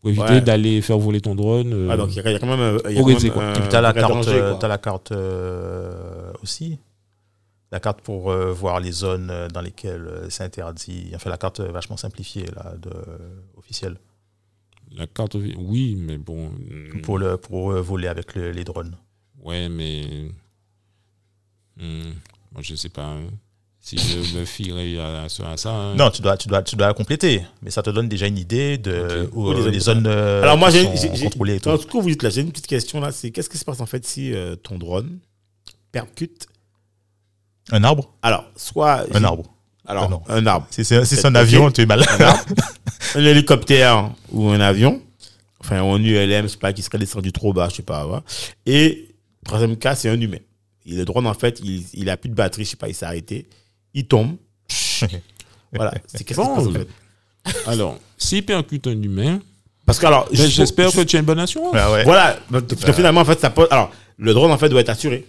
Speaker 3: pour éviter
Speaker 1: Ouais.
Speaker 3: d'aller faire voler ton drone. euh,
Speaker 1: Ah, donc il y, a- il y a quand même. euh, il y a
Speaker 3: Au
Speaker 1: quand même,
Speaker 3: risque, quoi.
Speaker 1: euh,
Speaker 2: Et puis, tu as la
Speaker 1: un
Speaker 2: carte,
Speaker 1: danger,
Speaker 2: euh,
Speaker 1: quoi.
Speaker 2: t'as la carte euh, aussi. La carte pour euh, voir les zones euh, dans lesquelles euh, c'est interdit. Enfin, la carte euh, vachement simplifiée, là, de, euh, officielle,
Speaker 3: La carte, oui, mais bon. hmm,
Speaker 2: pour, le, pour euh, voler avec le- les drones.
Speaker 3: Ouais, mais. hmm, moi, je sais pas hein, si je me fierai à, à ça. à ça,
Speaker 1: Hmm.
Speaker 3: hein.
Speaker 2: Non, tu dois, tu, dois, tu dois la compléter, mais ça te donne déjà une idée de
Speaker 3: Ok.
Speaker 2: où,
Speaker 1: Oui,
Speaker 2: euh,
Speaker 1: les
Speaker 2: les zones euh,
Speaker 1: Alors moi,
Speaker 2: qui
Speaker 1: j'ai,
Speaker 2: sont
Speaker 1: j'ai- j'ai-
Speaker 2: contrôlées et tout.
Speaker 1: dans ce que vous dites là, j'ai une petite question là. C'est qu'est-ce qui se passe en fait si euh, ton drone percute
Speaker 2: Un arbre
Speaker 1: Alors, soit
Speaker 2: Un arbre.
Speaker 1: Alors,
Speaker 2: Ah non.
Speaker 1: un arbre,
Speaker 2: Si c'est si c'est un
Speaker 1: Peut-être
Speaker 2: avion,
Speaker 1: ok.
Speaker 2: tu es mal.
Speaker 1: un arbre, un hélicoptère ou un avion, enfin ou un ULM, je sais pas, qui serait descendu trop bas, je sais pas. voilà. Et troisième cas, c'est un humain. Et le drone en fait, il, il a plus de batterie, je sais pas, il s'est arrêté, il tombe. Voilà. C'est qu'est-ce qui se passe en
Speaker 3: Bon.
Speaker 1: fait
Speaker 3: Alors, s'il percute un humain,
Speaker 1: Parce que alors,
Speaker 3: ben,
Speaker 1: je-
Speaker 3: j'espère Ben.
Speaker 1: je-
Speaker 3: que tu as une bonne assurance.
Speaker 2: Ah Ouais, ouais.
Speaker 1: Voilà, donc, finalement en fait ça pose. Alors le drone en fait doit être assuré.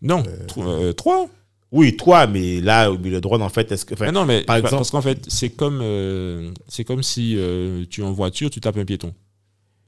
Speaker 3: Non, tro- euh, trois.
Speaker 1: Oui, toi, mais là, oui, le drone en fait, est-ce que enfin,
Speaker 3: Mais non, mais
Speaker 1: par
Speaker 3: pa-
Speaker 1: exemple-
Speaker 3: parce qu'en fait, c'est comme, euh, c'est comme si euh, tu es en voiture, tu tapes un piéton.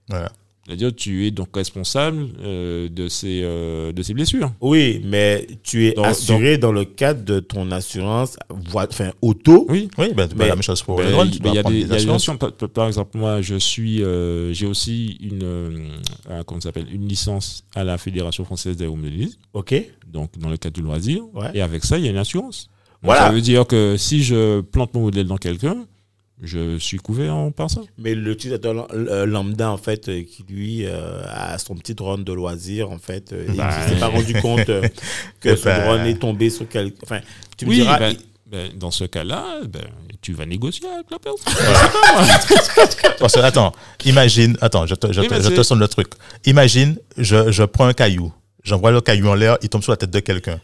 Speaker 2: Voilà.
Speaker 3: C'est-à-dire, tu es donc responsable euh, de, ses, euh, de ses blessures.
Speaker 1: Oui, mais tu es
Speaker 3: Dans-
Speaker 1: assuré dans, le cadre de ton assurance voi- enfin, auto.
Speaker 3: Oui.
Speaker 2: Oui, ben,
Speaker 1: Mais-
Speaker 2: la même chose pour
Speaker 3: Ben,
Speaker 2: les drones.
Speaker 3: il-
Speaker 2: tu
Speaker 3: ben,
Speaker 2: dois
Speaker 3: il y a
Speaker 2: prendre
Speaker 3: des, il y a des
Speaker 2: assurances.
Speaker 3: notions. Par, par- par exemple, moi, je suis, euh, j'ai aussi une, euh, ah, comment ça s'appelle, une licence à la Fédération française d'aéromobilisme,
Speaker 1: Ok.
Speaker 3: donc dans le cadre du loisir.
Speaker 1: Ouais.
Speaker 3: Et avec ça, il y a une assurance. Donc,
Speaker 1: Voilà.
Speaker 3: Ça veut dire que si je plante mon modèle dans quelqu'un, je suis couvert en- par ça.
Speaker 1: Mais l'utilisateur lam- euh, lambda, en fait, euh, qui lui euh, a son petit drone de loisir, en fait, euh, et
Speaker 3: Bah,
Speaker 1: qui s'est pas rendu compte euh, que son
Speaker 2: Bah.
Speaker 1: drone est tombé sur quelqu'un. Enfin, tu me
Speaker 3: oui,
Speaker 1: diras.
Speaker 3: ben, ben, dans ce cas-là, ben, tu vas négocier avec la personne.
Speaker 2: Parce que, attends, imagine, attends, je te, je
Speaker 3: Oui,
Speaker 2: te-
Speaker 3: mais
Speaker 2: je
Speaker 3: c'est-
Speaker 2: te sonne le truc. Imagine, je, je prends un caillou, j'envoie le caillou en l'air, il tombe sur la tête de quelqu'un.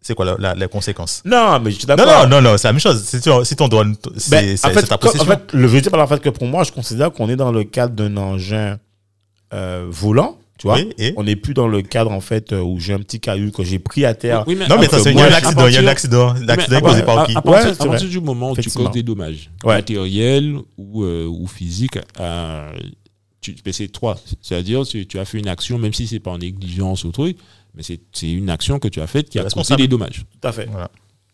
Speaker 2: C'est quoi la, la- les conséquences
Speaker 1: Non, mais je suis
Speaker 2: Non,
Speaker 1: d'accord.
Speaker 2: non, non, non, c'est la même chose. Si, tu, si ton drone, t- c'est
Speaker 1: Ben,
Speaker 2: c'est-
Speaker 1: en,
Speaker 2: c'est
Speaker 1: fait,
Speaker 2: ta
Speaker 1: quand- en
Speaker 2: possession.
Speaker 1: fait, le je veux dire par là, en fait, que pour moi, je considère qu'on est dans le cadre d'un engin euh, volant, tu vois.
Speaker 2: Oui, et
Speaker 1: On n'est plus dans le cadre, en fait, euh, où j'ai un petit caillou que j'ai pris à terre.
Speaker 3: Oui, mais
Speaker 2: non, mais
Speaker 3: après,
Speaker 2: attention, il y
Speaker 3: moi,
Speaker 2: a un
Speaker 3: à
Speaker 2: accident, il y a un
Speaker 3: partir-
Speaker 2: accident. L'accident
Speaker 3: Mais
Speaker 2: est causé
Speaker 3: à,
Speaker 2: par qui
Speaker 3: à- à partir,
Speaker 1: Ouais, c'est
Speaker 3: à
Speaker 1: vrai.
Speaker 3: partir du moment où tu
Speaker 1: Effectivement.
Speaker 3: causes des dommages
Speaker 1: Ouais.
Speaker 3: matériels ou, euh, ou physiques, à, tu, mais c'est toi. C'est-à-dire tu, tu as fait une action, même si c'est pas en négligence ou truc, mais c'est c'est une action que tu as faite qui a causé
Speaker 2: Responsable.
Speaker 3: des dommages.
Speaker 1: Tout à fait.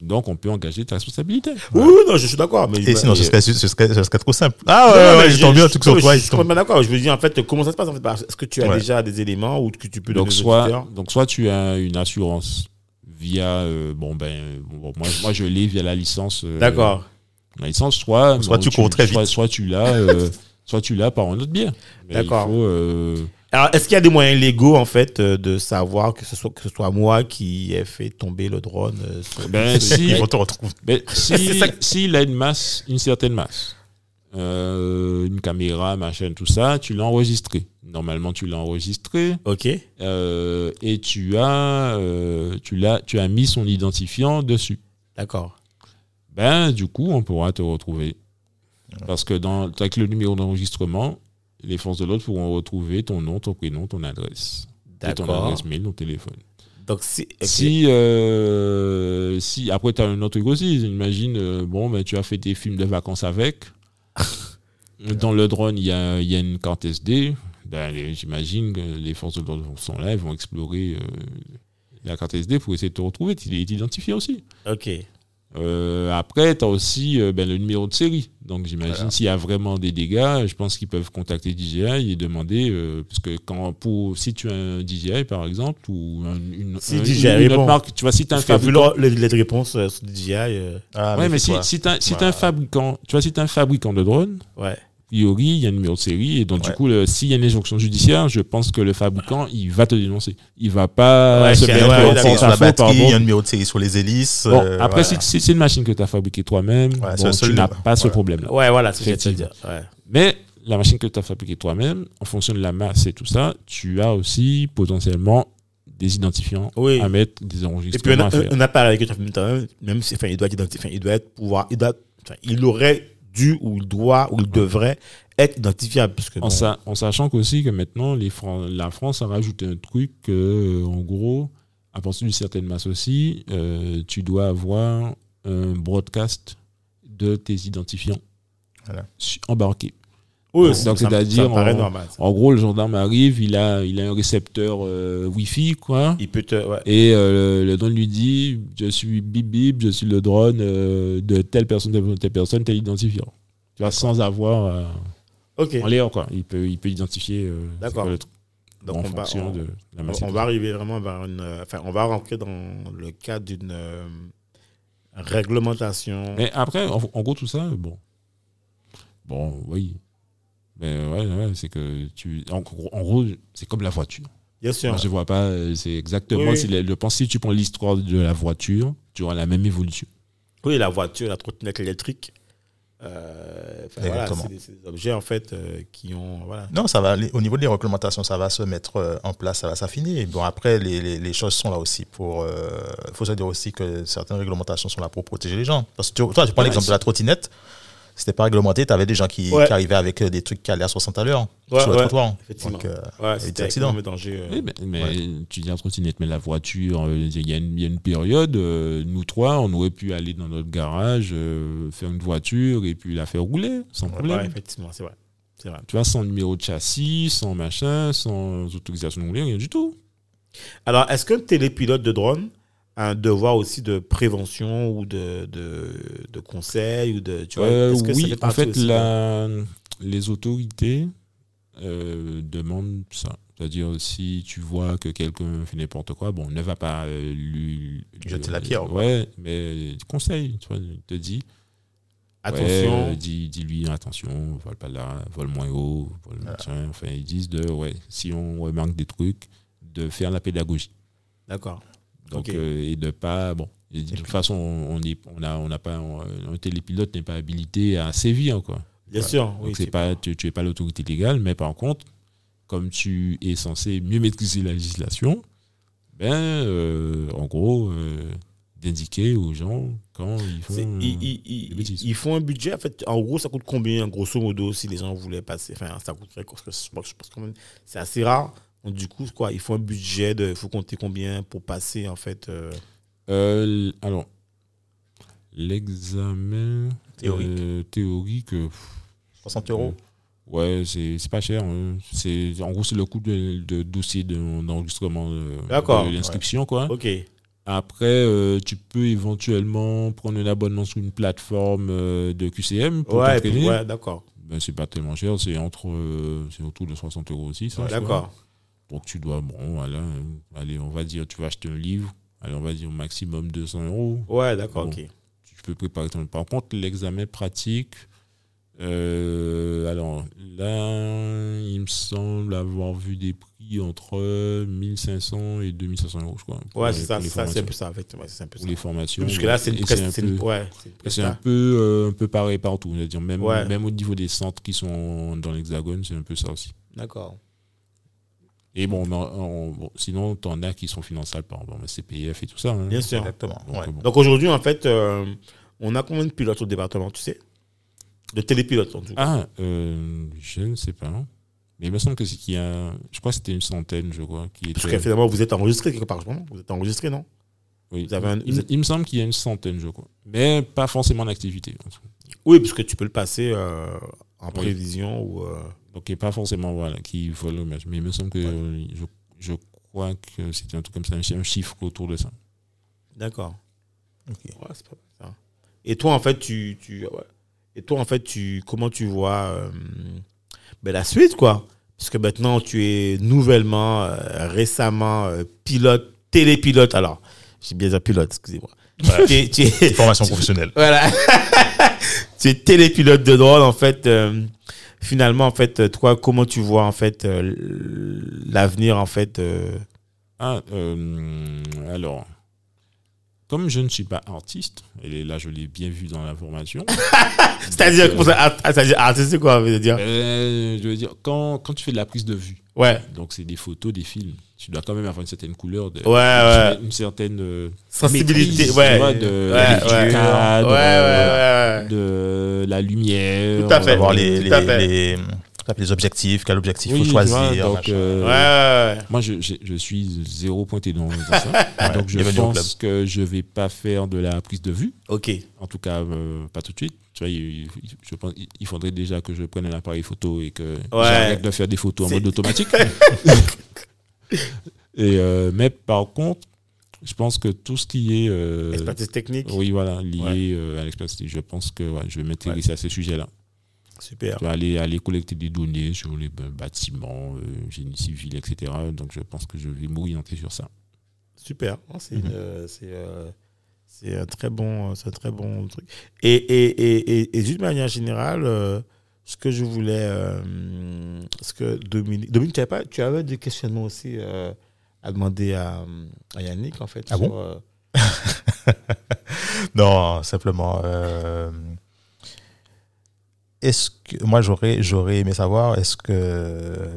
Speaker 3: Donc on peut engager ta responsabilité.
Speaker 1: Oui, oui, non, je suis d'accord. Mais
Speaker 2: Et sinon, ce
Speaker 1: mais-
Speaker 2: serait, ce, serait, ce serait trop simple. Ah
Speaker 1: Non,
Speaker 2: ouais,
Speaker 1: non,
Speaker 2: ouais,
Speaker 1: mais
Speaker 2: ouais, il tombe bien, un truc sur
Speaker 1: je-
Speaker 2: toi.
Speaker 1: Je
Speaker 2: il
Speaker 1: suis
Speaker 2: tombe-
Speaker 1: complètement d'accord. Je veux dire, en fait, comment ça se passe en fait parce- Est-ce que tu as
Speaker 2: Ouais.
Speaker 1: déjà des éléments ou que tu peux
Speaker 3: Donc
Speaker 1: donner aux
Speaker 3: soit,
Speaker 1: auditeurs
Speaker 3: donc soit tu as une assurance via euh, bon ben bon, moi, moi je l'ai via la licence euh,
Speaker 1: D'accord.
Speaker 3: la licence soit
Speaker 2: Soit
Speaker 3: bon,
Speaker 2: tu cours très
Speaker 3: soit,
Speaker 2: vite.
Speaker 3: soit tu l'as euh, soit tu l'as par un autre biais Mais il
Speaker 1: D'accord.
Speaker 3: faut, euh,
Speaker 1: Alors, est-ce qu'il y a des moyens légaux, en fait, euh, de savoir que ce soit, que ce soit moi qui ai fait tomber le drone euh, sur-
Speaker 3: ben,
Speaker 1: sur-
Speaker 3: si,
Speaker 2: Ils vont te retrouver.
Speaker 3: Mais si-
Speaker 1: ça.
Speaker 3: s'il a une masse, une certaine masse, euh, une caméra, machin, tout ça, tu l'as enregistré. Normalement, tu l'as enregistré
Speaker 1: Ok.
Speaker 3: euh, et tu as, euh, tu l'as, tu as mis son identifiant dessus.
Speaker 1: D'accord.
Speaker 3: Ben, du coup, on pourra te retrouver parce que dans avec le numéro d'enregistrement, les forces de l'autre pourront retrouver ton nom, ton prénom, ton adresse, et ton
Speaker 1: D'accord.
Speaker 3: adresse mail, ton téléphone.
Speaker 1: Donc, si. ok.
Speaker 3: Si, euh, si après tu as un autre truc aussi, imagine, euh, bon, ben, tu as fait des films de vacances avec. Dans le drone, il y a, il y a une carte SD. Ben, les- J'imagine que les forces de l'ordre sont là, elles vont explorer euh, la carte SD pour essayer de te retrouver, t- t'identifier aussi.
Speaker 1: Ok.
Speaker 3: Euh, après, tu as aussi euh, ben, le numéro de série. Donc, j'imagine s'il y a vraiment des dégâts, je pense qu'ils peuvent contacter DJI et demander. euh, parce que quand, pour, si tu as un DJI, par exemple, ou un- une,
Speaker 1: Si
Speaker 3: un-
Speaker 1: DJI
Speaker 3: une
Speaker 1: répond.
Speaker 3: autre marque, tu vois, si tu as un
Speaker 1: Parce que vu
Speaker 3: fabricant.
Speaker 1: leur- les, les réponses euh, sur DJI, euh,
Speaker 2: Ah,
Speaker 3: ouais, mais si,
Speaker 2: fais-toi.
Speaker 3: si tu as, si t'as
Speaker 2: Ouais.
Speaker 3: un fabricant, tu vois, si t'as un fabricant de drones,
Speaker 1: ouais.
Speaker 3: a priori, il y a un numéro de série. Et donc,
Speaker 2: Ouais.
Speaker 3: du coup, le- s'il y a une injonction judiciaire, je pense que le fabricant, il va te dénoncer. Il va pas
Speaker 1: Ouais,
Speaker 3: se
Speaker 1: c'est-
Speaker 3: mettre
Speaker 1: ouais,
Speaker 3: en
Speaker 2: Il y a un numéro de série
Speaker 3: porte-à-faux
Speaker 2: sur la
Speaker 3: par
Speaker 2: batterie, il y a
Speaker 3: rapport-
Speaker 2: un numéro de série sur les hélices.
Speaker 3: Bon,
Speaker 2: euh,
Speaker 3: après,
Speaker 2: voilà.
Speaker 3: si, si c'est une machine que tu as fabriquée toi-même,
Speaker 2: Ouais,
Speaker 3: bon,
Speaker 2: c'est
Speaker 3: tu
Speaker 2: celui-
Speaker 3: n'as pas ce
Speaker 2: voilà.
Speaker 3: problème-là.
Speaker 1: Ouais, voilà, c'est ce que j'allais te
Speaker 3: Effectivement.
Speaker 1: dire. Ouais.
Speaker 3: Mais la machine que tu as fabriquée toi-même, en fonction de la masse et tout ça, tu as aussi potentiellement des identifiants
Speaker 1: Oui.
Speaker 3: à mettre, des
Speaker 1: Et puis un,
Speaker 3: enregistrements à
Speaker 1: un,
Speaker 3: faire.
Speaker 1: un appareil que tu as fait même temps, même si enfin, il doit être identifié, enfin, il doit être pouvoir, il, doit, enfin, il aurait dû ou il doit ou il devrait être identifiable. Parce que,
Speaker 3: En,
Speaker 1: bon,
Speaker 3: sa- en sachant qu'aussi que maintenant, les Fran- la France a rajouté un truc que, euh, en gros, à partir d'une certaine masse aussi, euh, tu dois avoir un broadcast de tes identifiants
Speaker 2: Voilà.
Speaker 3: su- embarqués.
Speaker 1: Oui,
Speaker 3: Donc,
Speaker 1: ça-
Speaker 3: c'est-à-dire,
Speaker 1: ça paraît
Speaker 3: on-
Speaker 1: normal. ça.
Speaker 3: En gros, le gendarme arrive, il a, il a un récepteur euh, Wi-Fi, quoi.
Speaker 1: Il peut te. ouais.
Speaker 3: Et euh, le drone lui dit Je suis bip bip, je suis le drone euh, de telle personne, telle personne, telle personne, tel identifiant. Tu vois, sans avoir euh,
Speaker 1: Ok.
Speaker 3: en l'air, quoi. Il peut, il peut identifier euh, c'est
Speaker 1: D'accord.
Speaker 3: quoi le truc,
Speaker 1: Donc,
Speaker 3: en
Speaker 1: on va-
Speaker 3: fonction
Speaker 1: on-
Speaker 3: de la
Speaker 1: On-
Speaker 3: masse.
Speaker 1: On va arriver vraiment vers une. euh, Enfin, on va rentrer dans le cadre d'une euh, réglementation.
Speaker 3: Mais après, en, en gros, tout ça, bon. Bon, oui. Mais ouais, ouais, c'est que tu. En, gros- en gros, c'est comme la voiture.
Speaker 1: Bien sûr.
Speaker 3: Moi, je vois pas, euh, c'est exactement.
Speaker 1: Oui.
Speaker 3: si la- je pense que si tu prends l'histoire de la voiture, tu auras la même évolution.
Speaker 1: Oui, la voiture, la trottinette électrique. Euh, enfin, voilà,
Speaker 2: Exactement.
Speaker 1: c'est des, c'est des objets en fait euh, qui ont. Voilà.
Speaker 2: Non, ça va. les- Au niveau des réglementations, ça va se mettre euh, en place, ça va s'affiner. Bon, après, les, les- les choses sont là aussi pour. Il faut se dire aussi que certaines réglementations sont là pour protéger les gens. Parce que tu- toi, je prends
Speaker 3: Ouais,
Speaker 2: l'exemple de la trottinette. C'était pas réglementé. Tu avais des gens qui,
Speaker 1: Ouais.
Speaker 2: qui arrivaient avec euh, des trucs qui allaient à 60 à l'heure hein,
Speaker 1: Ouais,
Speaker 2: sur le
Speaker 1: ouais,
Speaker 2: trottoir.
Speaker 1: effectivement.
Speaker 2: Donc, euh,
Speaker 3: Bah,
Speaker 1: Ouais,
Speaker 2: des
Speaker 1: c'était
Speaker 2: accidents.
Speaker 1: un danger. euh,
Speaker 3: Oui, mais, mais tu dis la trottinette, mais la voiture, euh, il y, a une- il y a une période, euh, nous trois, on aurait pu aller dans notre garage, euh, faire une voiture et puis la faire rouler, sans
Speaker 1: ouais,
Speaker 3: problème.
Speaker 1: effectivement, c'est vrai. C'est vrai.
Speaker 3: Tu vois, sans numéro de châssis, sans machin, sans autorisation de rouler, rien du tout.
Speaker 1: Alors, est-ce qu'un télépilote de drone a un devoir aussi de prévention ou de, de, de conseil ou de, tu vois,
Speaker 3: Euh,
Speaker 1: est-ce que ça
Speaker 3: oui, en
Speaker 1: partie
Speaker 3: fait,
Speaker 1: aussi de-
Speaker 3: la- les autorités euh, demandent ça. C'est-à-dire, si tu vois que quelqu'un fait n'importe quoi, bon, ne va pas euh, lui, lui-
Speaker 2: Jeter la pierre, quoi.
Speaker 3: Ouais, mais conseil, tu vois, il te dit,
Speaker 1: Attention.
Speaker 3: Ouais, euh, dis- Dis-lui, attention, vole pas là, vole moins haut, vole
Speaker 1: Ah.
Speaker 3: machin. Enfin, ils disent de, ouais, si on remarque des trucs, de faire la pédagogie.
Speaker 1: D'accord.
Speaker 3: Donc,
Speaker 1: Ok.
Speaker 3: euh, et de pas, bon. et de toute façon, on est, on a, on euh, n'a pas, on- un télépilote n'est pas habilité à sévir, quoi.
Speaker 1: Bien
Speaker 3: Ouais.
Speaker 1: sûr.
Speaker 3: Donc,
Speaker 1: Oui,
Speaker 3: c'est
Speaker 1: tu-
Speaker 3: pas, tu, tu es pas l'autorité légale, mais par contre, comme tu es censé mieux maîtriser la législation, ben, euh, en gros, euh, d'indiquer aux gens quand ils
Speaker 1: c'est-
Speaker 3: font.
Speaker 1: ils, ils- ils-
Speaker 3: des bêtises.
Speaker 1: ils font un budget, en fait. En gros, ça coûte combien, grosso modo, si les gens voulaient passer Enfin, ça coûterait, parce que je pense je pense quand même, c'est assez rare. Donc, du coup, quoi, il faut un budget, il faut compter combien pour passer, en fait. euh,
Speaker 3: Euh, l- alors, l'examen
Speaker 2: Théorique.
Speaker 3: euh, théorique, euh, pff,
Speaker 2: 60 euros.
Speaker 3: ouais, c'est c'est pas cher. hein. C'est en gros c'est le coût de, de dossier de- d'enregistrement euh,
Speaker 1: D'accord,
Speaker 3: de l'inscription quoi.
Speaker 1: Ok.
Speaker 3: Après, euh, tu peux éventuellement prendre un abonnement sur une plateforme euh, de QCM pour
Speaker 1: Ouais, et puis-
Speaker 3: t'entraîner.
Speaker 1: ouais, d'accord.
Speaker 3: Ben, c'est pas tellement cher, c'est entre euh, c'est autour de 60 euros aussi. ça, tu vois.
Speaker 1: D'accord.
Speaker 3: Donc tu dois bon voilà, euh, allez on va dire tu vas acheter un livre, allez on va dire au maximum 200 euros.
Speaker 1: Ouais, d'accord,
Speaker 3: Bon.
Speaker 1: ok.
Speaker 3: tu peux préparer ton Par contre, l'examen pratique, euh, alors là, il me semble avoir vu des prix entre 1500 et 2500 euros, je crois. pour
Speaker 1: Ouais,
Speaker 3: les-
Speaker 1: c'est
Speaker 3: pour
Speaker 1: ça,
Speaker 3: les
Speaker 1: c'est ça, c'est un
Speaker 3: formations.
Speaker 1: peu ça, en fait. Ouais, c'est un peu ça.
Speaker 3: Pour les formations.
Speaker 1: Parce que là, c'est une
Speaker 3: Et
Speaker 1: presse-
Speaker 3: un
Speaker 1: c'est
Speaker 3: peu-
Speaker 1: une- ouais, c'est une
Speaker 3: et
Speaker 1: presse-
Speaker 3: C'est un
Speaker 1: là.
Speaker 3: peu, euh, un peu pareil partout, on va dire. Même,
Speaker 1: Ouais.
Speaker 3: même au niveau des centres qui sont dans l'hexagone, c'est un peu ça aussi.
Speaker 1: D'accord.
Speaker 3: Et bon, on en- on- bon, sinon, t'en as qui sont finançables par bon, CPF et tout ça. hein.
Speaker 1: Bien sûr.
Speaker 2: Exactement.
Speaker 3: Donc,
Speaker 2: ouais.
Speaker 3: bon.
Speaker 1: Donc aujourd'hui, en fait, euh, on a combien de pilotes au département, tu sais De télépilotes, en tout cas.
Speaker 3: Ah, euh, je ne sais pas. Mais il me semble que c'est qu'il y a. Je crois que c'était une centaine, je crois. Qui
Speaker 1: Parce
Speaker 3: était,
Speaker 1: que finalement, vous êtes enregistré quelque part, je pense. Vous êtes enregistré, non
Speaker 3: oui.
Speaker 1: vous avez un-
Speaker 3: il,
Speaker 1: vous êtes-
Speaker 3: il me semble qu'il y a une centaine, je crois. Mais pas forcément en activité. en tout cas.
Speaker 1: Oui, parce que tu peux le passer euh, en
Speaker 3: Oui.
Speaker 1: prévision ou. euh,
Speaker 3: Donc, et pas forcément voilà, qui vole au match. Mais il me semble que euh, je, je crois que c'était un truc comme ça, un chiffre autour de ça.
Speaker 1: D'accord. Ouais, c'est pas mal, ça. Et toi, en fait, tu, tu ouais. et toi, en fait, tu comment tu vois euh, ben, la suite, quoi Parce que maintenant, tu es nouvellement, euh, récemment euh, pilote, télépilote. Alors, j'ai bien dit pilote, excusez-moi. Tu es- tu es-
Speaker 2: Formation professionnelle.
Speaker 1: Voilà. tu es télépilote de drone, en fait. euh, finalement, en fait, toi, comment tu vois, en fait, euh, l'avenir, en fait euh,
Speaker 3: Ah, euh, alors. Comme je ne suis pas artiste, et là je l'ai bien vu dans la formation.
Speaker 1: C'est-à-dire,
Speaker 3: Donc,
Speaker 1: comment ça- ah, ah, c'est-à-dire, ah, c'est- c'est quoi, je veux dire
Speaker 3: euh, je veux dire, quand, quand tu fais de la prise de vue,
Speaker 1: Ouais,
Speaker 3: Donc c'est des photos, des films. Tu dois quand même avoir une certaine couleur, de,
Speaker 1: ouais, ouais.
Speaker 3: une certaine euh,
Speaker 1: Sensibilité,
Speaker 3: maîtrise,
Speaker 1: ouais.
Speaker 3: tu vois, de,
Speaker 1: ouais,
Speaker 3: du
Speaker 1: ouais.
Speaker 3: cadre,
Speaker 1: ouais, ouais, ouais, ouais.
Speaker 3: de la lumière,
Speaker 1: Tout à fait.
Speaker 2: Avoir les,
Speaker 1: Tout
Speaker 2: les,
Speaker 1: à fait.
Speaker 2: les, taper les objectifs, quel objectif
Speaker 3: Oui,
Speaker 2: faut
Speaker 3: tu
Speaker 2: choisir.
Speaker 3: vois, donc,
Speaker 2: machin.
Speaker 3: euh,
Speaker 1: ouais, ouais.
Speaker 3: Moi, je, je, je suis zéro pointé dans, dans ça.
Speaker 2: Ouais,
Speaker 3: donc, je
Speaker 2: bienvenue au club.
Speaker 3: pense que je vais pas faire de la prise de vue.
Speaker 1: Ok.
Speaker 3: En tout cas, euh, pas tout de suite. Tu vois, il, il- je pense, il- il faudrait déjà que je prenne un appareil photo et que j'arrête de faire des photos en
Speaker 1: C'est-
Speaker 3: mode automatique. et, euh, mais par contre, je pense que tout ce qui est. euh,
Speaker 1: Expertise technique.
Speaker 3: oui, voilà, lié
Speaker 1: Ouais.
Speaker 3: euh, à l'expertise, je pense que ouais, je vais m'intéresser à ces sujets-là.
Speaker 1: Super.
Speaker 3: Tu vas aller, aller collecter des données sur les b- bâtiments, euh, génie civil, etc. Donc je pense que je vais m'orienter sur ça.
Speaker 1: Super. Non, C'est
Speaker 3: Mhm.
Speaker 1: une, euh, c'est, euh, c'est un très bon, euh, c'est un très bon truc. Et, et, et, et, et d'une manière générale, euh, ce que je voulais, euh, ce que Dominique, Dominique, tu avais, pas, tu avais des questionnements aussi euh, à demander à, à Yannick en fait.
Speaker 2: Ah bon
Speaker 1: euh,
Speaker 2: Non, simplement. euh, est-ce que moi j'aurais j'aurais aimé savoir est-ce que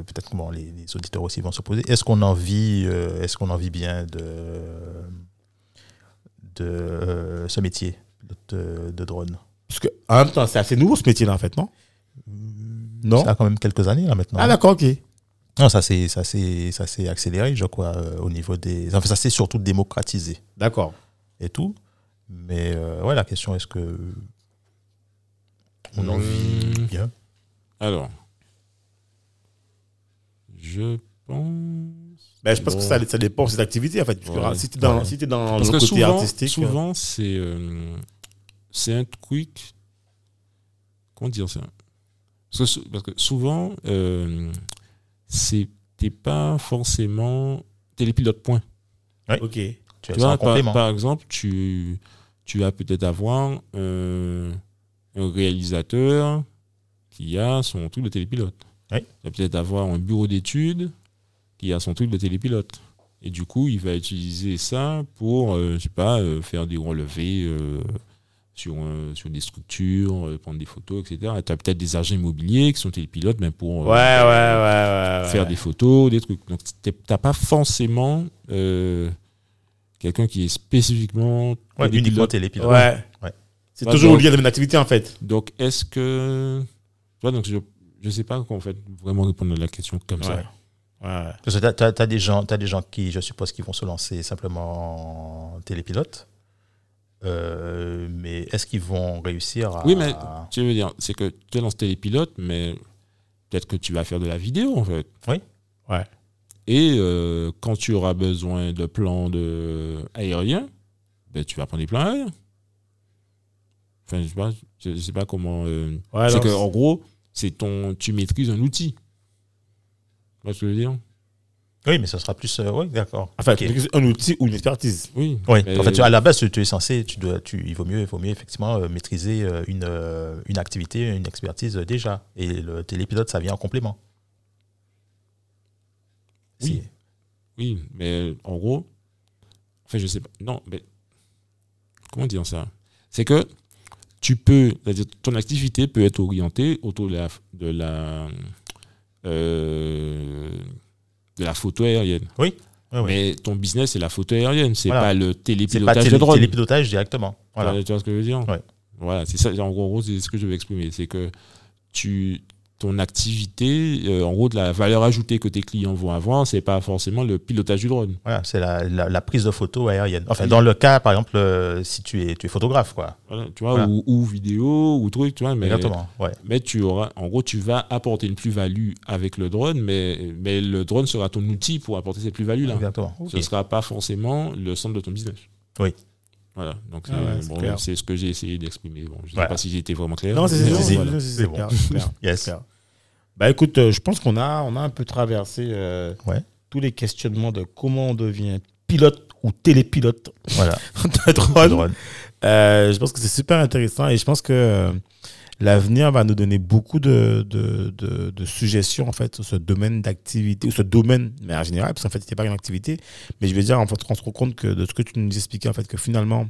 Speaker 2: peut-être que, bon, les, les auditeurs aussi vont se poser est-ce qu'on en vit euh, est-ce qu'on en vit bien de de euh, ce métier de, de drone
Speaker 1: parce que en même temps, c'est assez nouveau ce métier là en fait, non Non.
Speaker 3: Mm,
Speaker 2: ça a quand même quelques années là maintenant
Speaker 1: Ah d'accord, ok.
Speaker 2: non ça c'est ça s'est- ça s'est accéléré je crois euh, au niveau des enfin ça s'est surtout démocratisé
Speaker 1: D'accord.
Speaker 2: et tout mais euh, ouais la question est-ce que on en vit
Speaker 1: Euh,
Speaker 3: Hmm.
Speaker 2: bien
Speaker 3: Alors, je pense.
Speaker 1: Ben, je pense que
Speaker 3: Bon.
Speaker 1: ça, ça dépend de ses activités en fait. Parce que
Speaker 3: Ouais.
Speaker 1: si tu es dans,
Speaker 2: Ouais.
Speaker 1: si t'es dans
Speaker 3: Parce
Speaker 1: le
Speaker 3: que
Speaker 1: côté
Speaker 3: souvent,
Speaker 1: artistique, hein.
Speaker 3: souvent c'est euh, c'est un truc. Comment dire ça parce que, sou- parce que souvent, euh, c'est- t'es pas forcément télépilote point.
Speaker 1: hein. ok.
Speaker 2: tu as
Speaker 3: Tu
Speaker 2: ça
Speaker 3: vois,
Speaker 2: en
Speaker 3: par,
Speaker 2: complément
Speaker 3: par exemple, tu, tu vas peut-être avoir euh, un réalisateur qui a son truc de télépilote.
Speaker 2: Oui.
Speaker 3: Tu vas peut-être avoir un bureau d'études qui a son truc de télépilote. Et du coup, il va utiliser ça pour, euh, je sais pas, euh, faire des relevés euh, sur, euh, sur des structures, euh, prendre des photos, etc. Tu as peut-être des agents immobiliers qui sont télépilotes, mais pour
Speaker 1: Ouais,
Speaker 3: euh,
Speaker 1: ouais, ouais, ouais, ouais.
Speaker 3: faire des photos, des trucs. Donc t'es- t'as pas forcément euh, quelqu'un qui est spécifiquement
Speaker 2: Ouais,
Speaker 3: télépilote.
Speaker 2: uniquement télépilote.
Speaker 1: Ouais.
Speaker 2: Ouais.
Speaker 1: C'est
Speaker 3: Pas
Speaker 1: toujours
Speaker 3: de-
Speaker 1: lié à la même activité en fait.
Speaker 3: Donc est-ce que tu vois donc je je sais pas en fait vraiment répondre à la question comme ça.
Speaker 1: Ouais.
Speaker 2: Parce que tu as, des gens, t'as des gens qui, je suppose, qui vont se lancer simplement en télépilote. Euh, mais est-ce qu'ils vont réussir à.
Speaker 3: Oui, mais- Tu veux dire c'est que tu te lances télépilote mais peut-être que tu vas faire de la vidéo en fait.
Speaker 2: Oui.
Speaker 1: Ouais.
Speaker 3: Et euh, quand tu auras besoin de plans de aériens, ben, tu vas prendre des plans aériens. Enfin, je sais pas, je, je sais pas comment. euh,
Speaker 1: Ouais,
Speaker 3: c'est
Speaker 1: non,
Speaker 3: que
Speaker 1: c'est-
Speaker 3: en gros, c'est ton, tu maîtrises un outil. Tu vois ce que je veux dire
Speaker 2: Oui, mais ce sera plus. euh, oui, d'accord.
Speaker 1: Enfin,
Speaker 2: Ok.
Speaker 1: c'est un outil ou une expertise.
Speaker 3: Oui.
Speaker 2: Oui,
Speaker 3: Mais-
Speaker 2: en fait, tu- à la base, tu tu es censé, tu dois, tu, il, vaut mieux, il vaut mieux effectivement euh, maîtriser euh, une, euh, une activité, une expertise euh, déjà. Et le télépilote, ça vient en complément.
Speaker 3: Oui.
Speaker 2: Si.
Speaker 3: Oui, mais euh, en gros, enfin, je sais pas. Non, mais comment dire ça C'est que tu peux, c'est-à-dire ton activité peut être orientée autour de la, de la, euh, de la photo aérienne.
Speaker 2: Oui, oui.
Speaker 3: Mais ton business, c'est la photo aérienne, c'est
Speaker 2: Voilà.
Speaker 3: pas le
Speaker 2: C'est pas
Speaker 3: télépilotage
Speaker 2: télé-
Speaker 3: de drone.
Speaker 2: télépilotage directement. Voilà.
Speaker 3: Tu vois ce que je veux dire
Speaker 2: Ouais.
Speaker 3: Voilà, c'est ça, en gros, en gros, c'est ce que je veux exprimer. C'est que tu, ton activité, euh, en gros, de la valeur ajoutée que tes clients vont avoir, c'est pas forcément le pilotage du drone.
Speaker 2: Voilà, c'est la, la- la prise de photo aérienne. Enfin, dans le cas, par exemple, euh, si tu es, tu es photographe, quoi.
Speaker 3: Voilà, tu vois,
Speaker 2: Voilà.
Speaker 3: ou, ou vidéo, ou truc, tu vois. Mais,
Speaker 2: Exactement, ouais.
Speaker 3: mais tu auras, en gros, tu vas apporter une plus-value avec le drone, mais, mais le drone sera ton outil pour apporter cette plus-value-là.
Speaker 2: Exactement.
Speaker 3: Ce ne sera pas forcément le centre de ton business.
Speaker 2: Oui.
Speaker 3: Voilà, donc c'est
Speaker 1: Ah ouais, c'est
Speaker 3: bon,
Speaker 1: clair.
Speaker 3: c'est ce que j'ai essayé d'exprimer. Bon, je ne
Speaker 2: Voilà.
Speaker 3: sais pas si j'ai été vraiment clair.
Speaker 1: Non, c'est
Speaker 3: mais
Speaker 2: c'est- c'est-
Speaker 3: voilà.
Speaker 2: c'est bon.
Speaker 1: clair, c'est clair,
Speaker 2: Yes.
Speaker 1: c'est clair. Bah écoute, euh, je pense qu'on a, on a un peu traversé euh,
Speaker 2: Ouais.
Speaker 1: tous les questionnements de comment on devient pilote ou télépilote
Speaker 2: Voilà.
Speaker 1: de drone. Euh, je pense que c'est super intéressant et je pense que euh, l'avenir va nous donner beaucoup de, de, de- de suggestions en fait sur ce domaine d'activité ou ce domaine mais en général parce qu'en fait c'était pas une activité mais je veux dire en fait on se rend compte que de ce que tu nous expliquais en fait que finalement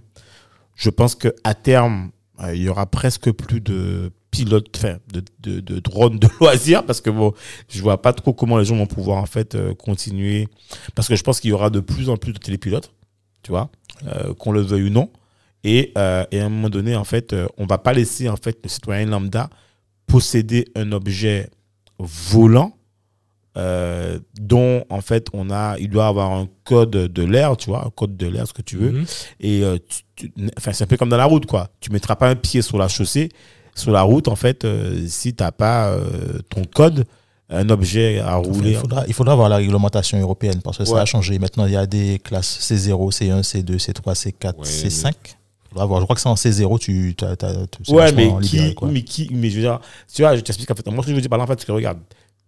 Speaker 1: je pense que à terme euh, il y aura presque plus de pilotes enfin, de, de, de drones de loisirs parce que bon je vois pas trop comment les gens vont pouvoir en fait euh, continuer parce que je pense qu'il y aura de plus en plus de télépilotes tu vois euh, qu'on le veuille ou non et, euh, et à un moment donné, en fait, euh, on va pas laisser en fait, le citoyen lambda posséder un objet volant euh, dont en fait on a il doit avoir un code de l'air tu vois un code de l'air ce que tu veux
Speaker 3: Mhm.
Speaker 1: et euh, tu- tu- enfin c'est un peu comme dans la route quoi tu mettras pas un pied sur la chaussée sur la route en fait euh, si t'as pas euh, ton code un objet à rouler
Speaker 2: Il faudra, il faudra voir la réglementation européenne parce que
Speaker 1: Ouais.
Speaker 2: ça a changé. Maintenant, il y a des classes C0, C1, C2, C3, C4,
Speaker 3: Ouais,
Speaker 2: C5. Faudra voir. Je crois que c'est en C0, tu t'as- t'as- tu- c'est
Speaker 1: ouais
Speaker 2: vachement
Speaker 1: mais
Speaker 2: libéré,
Speaker 1: qui
Speaker 2: quoi.
Speaker 1: mais qui mais je veux dire tu vois je t'explique en fait moi ce que je veux dire par là en fait c'est que regarde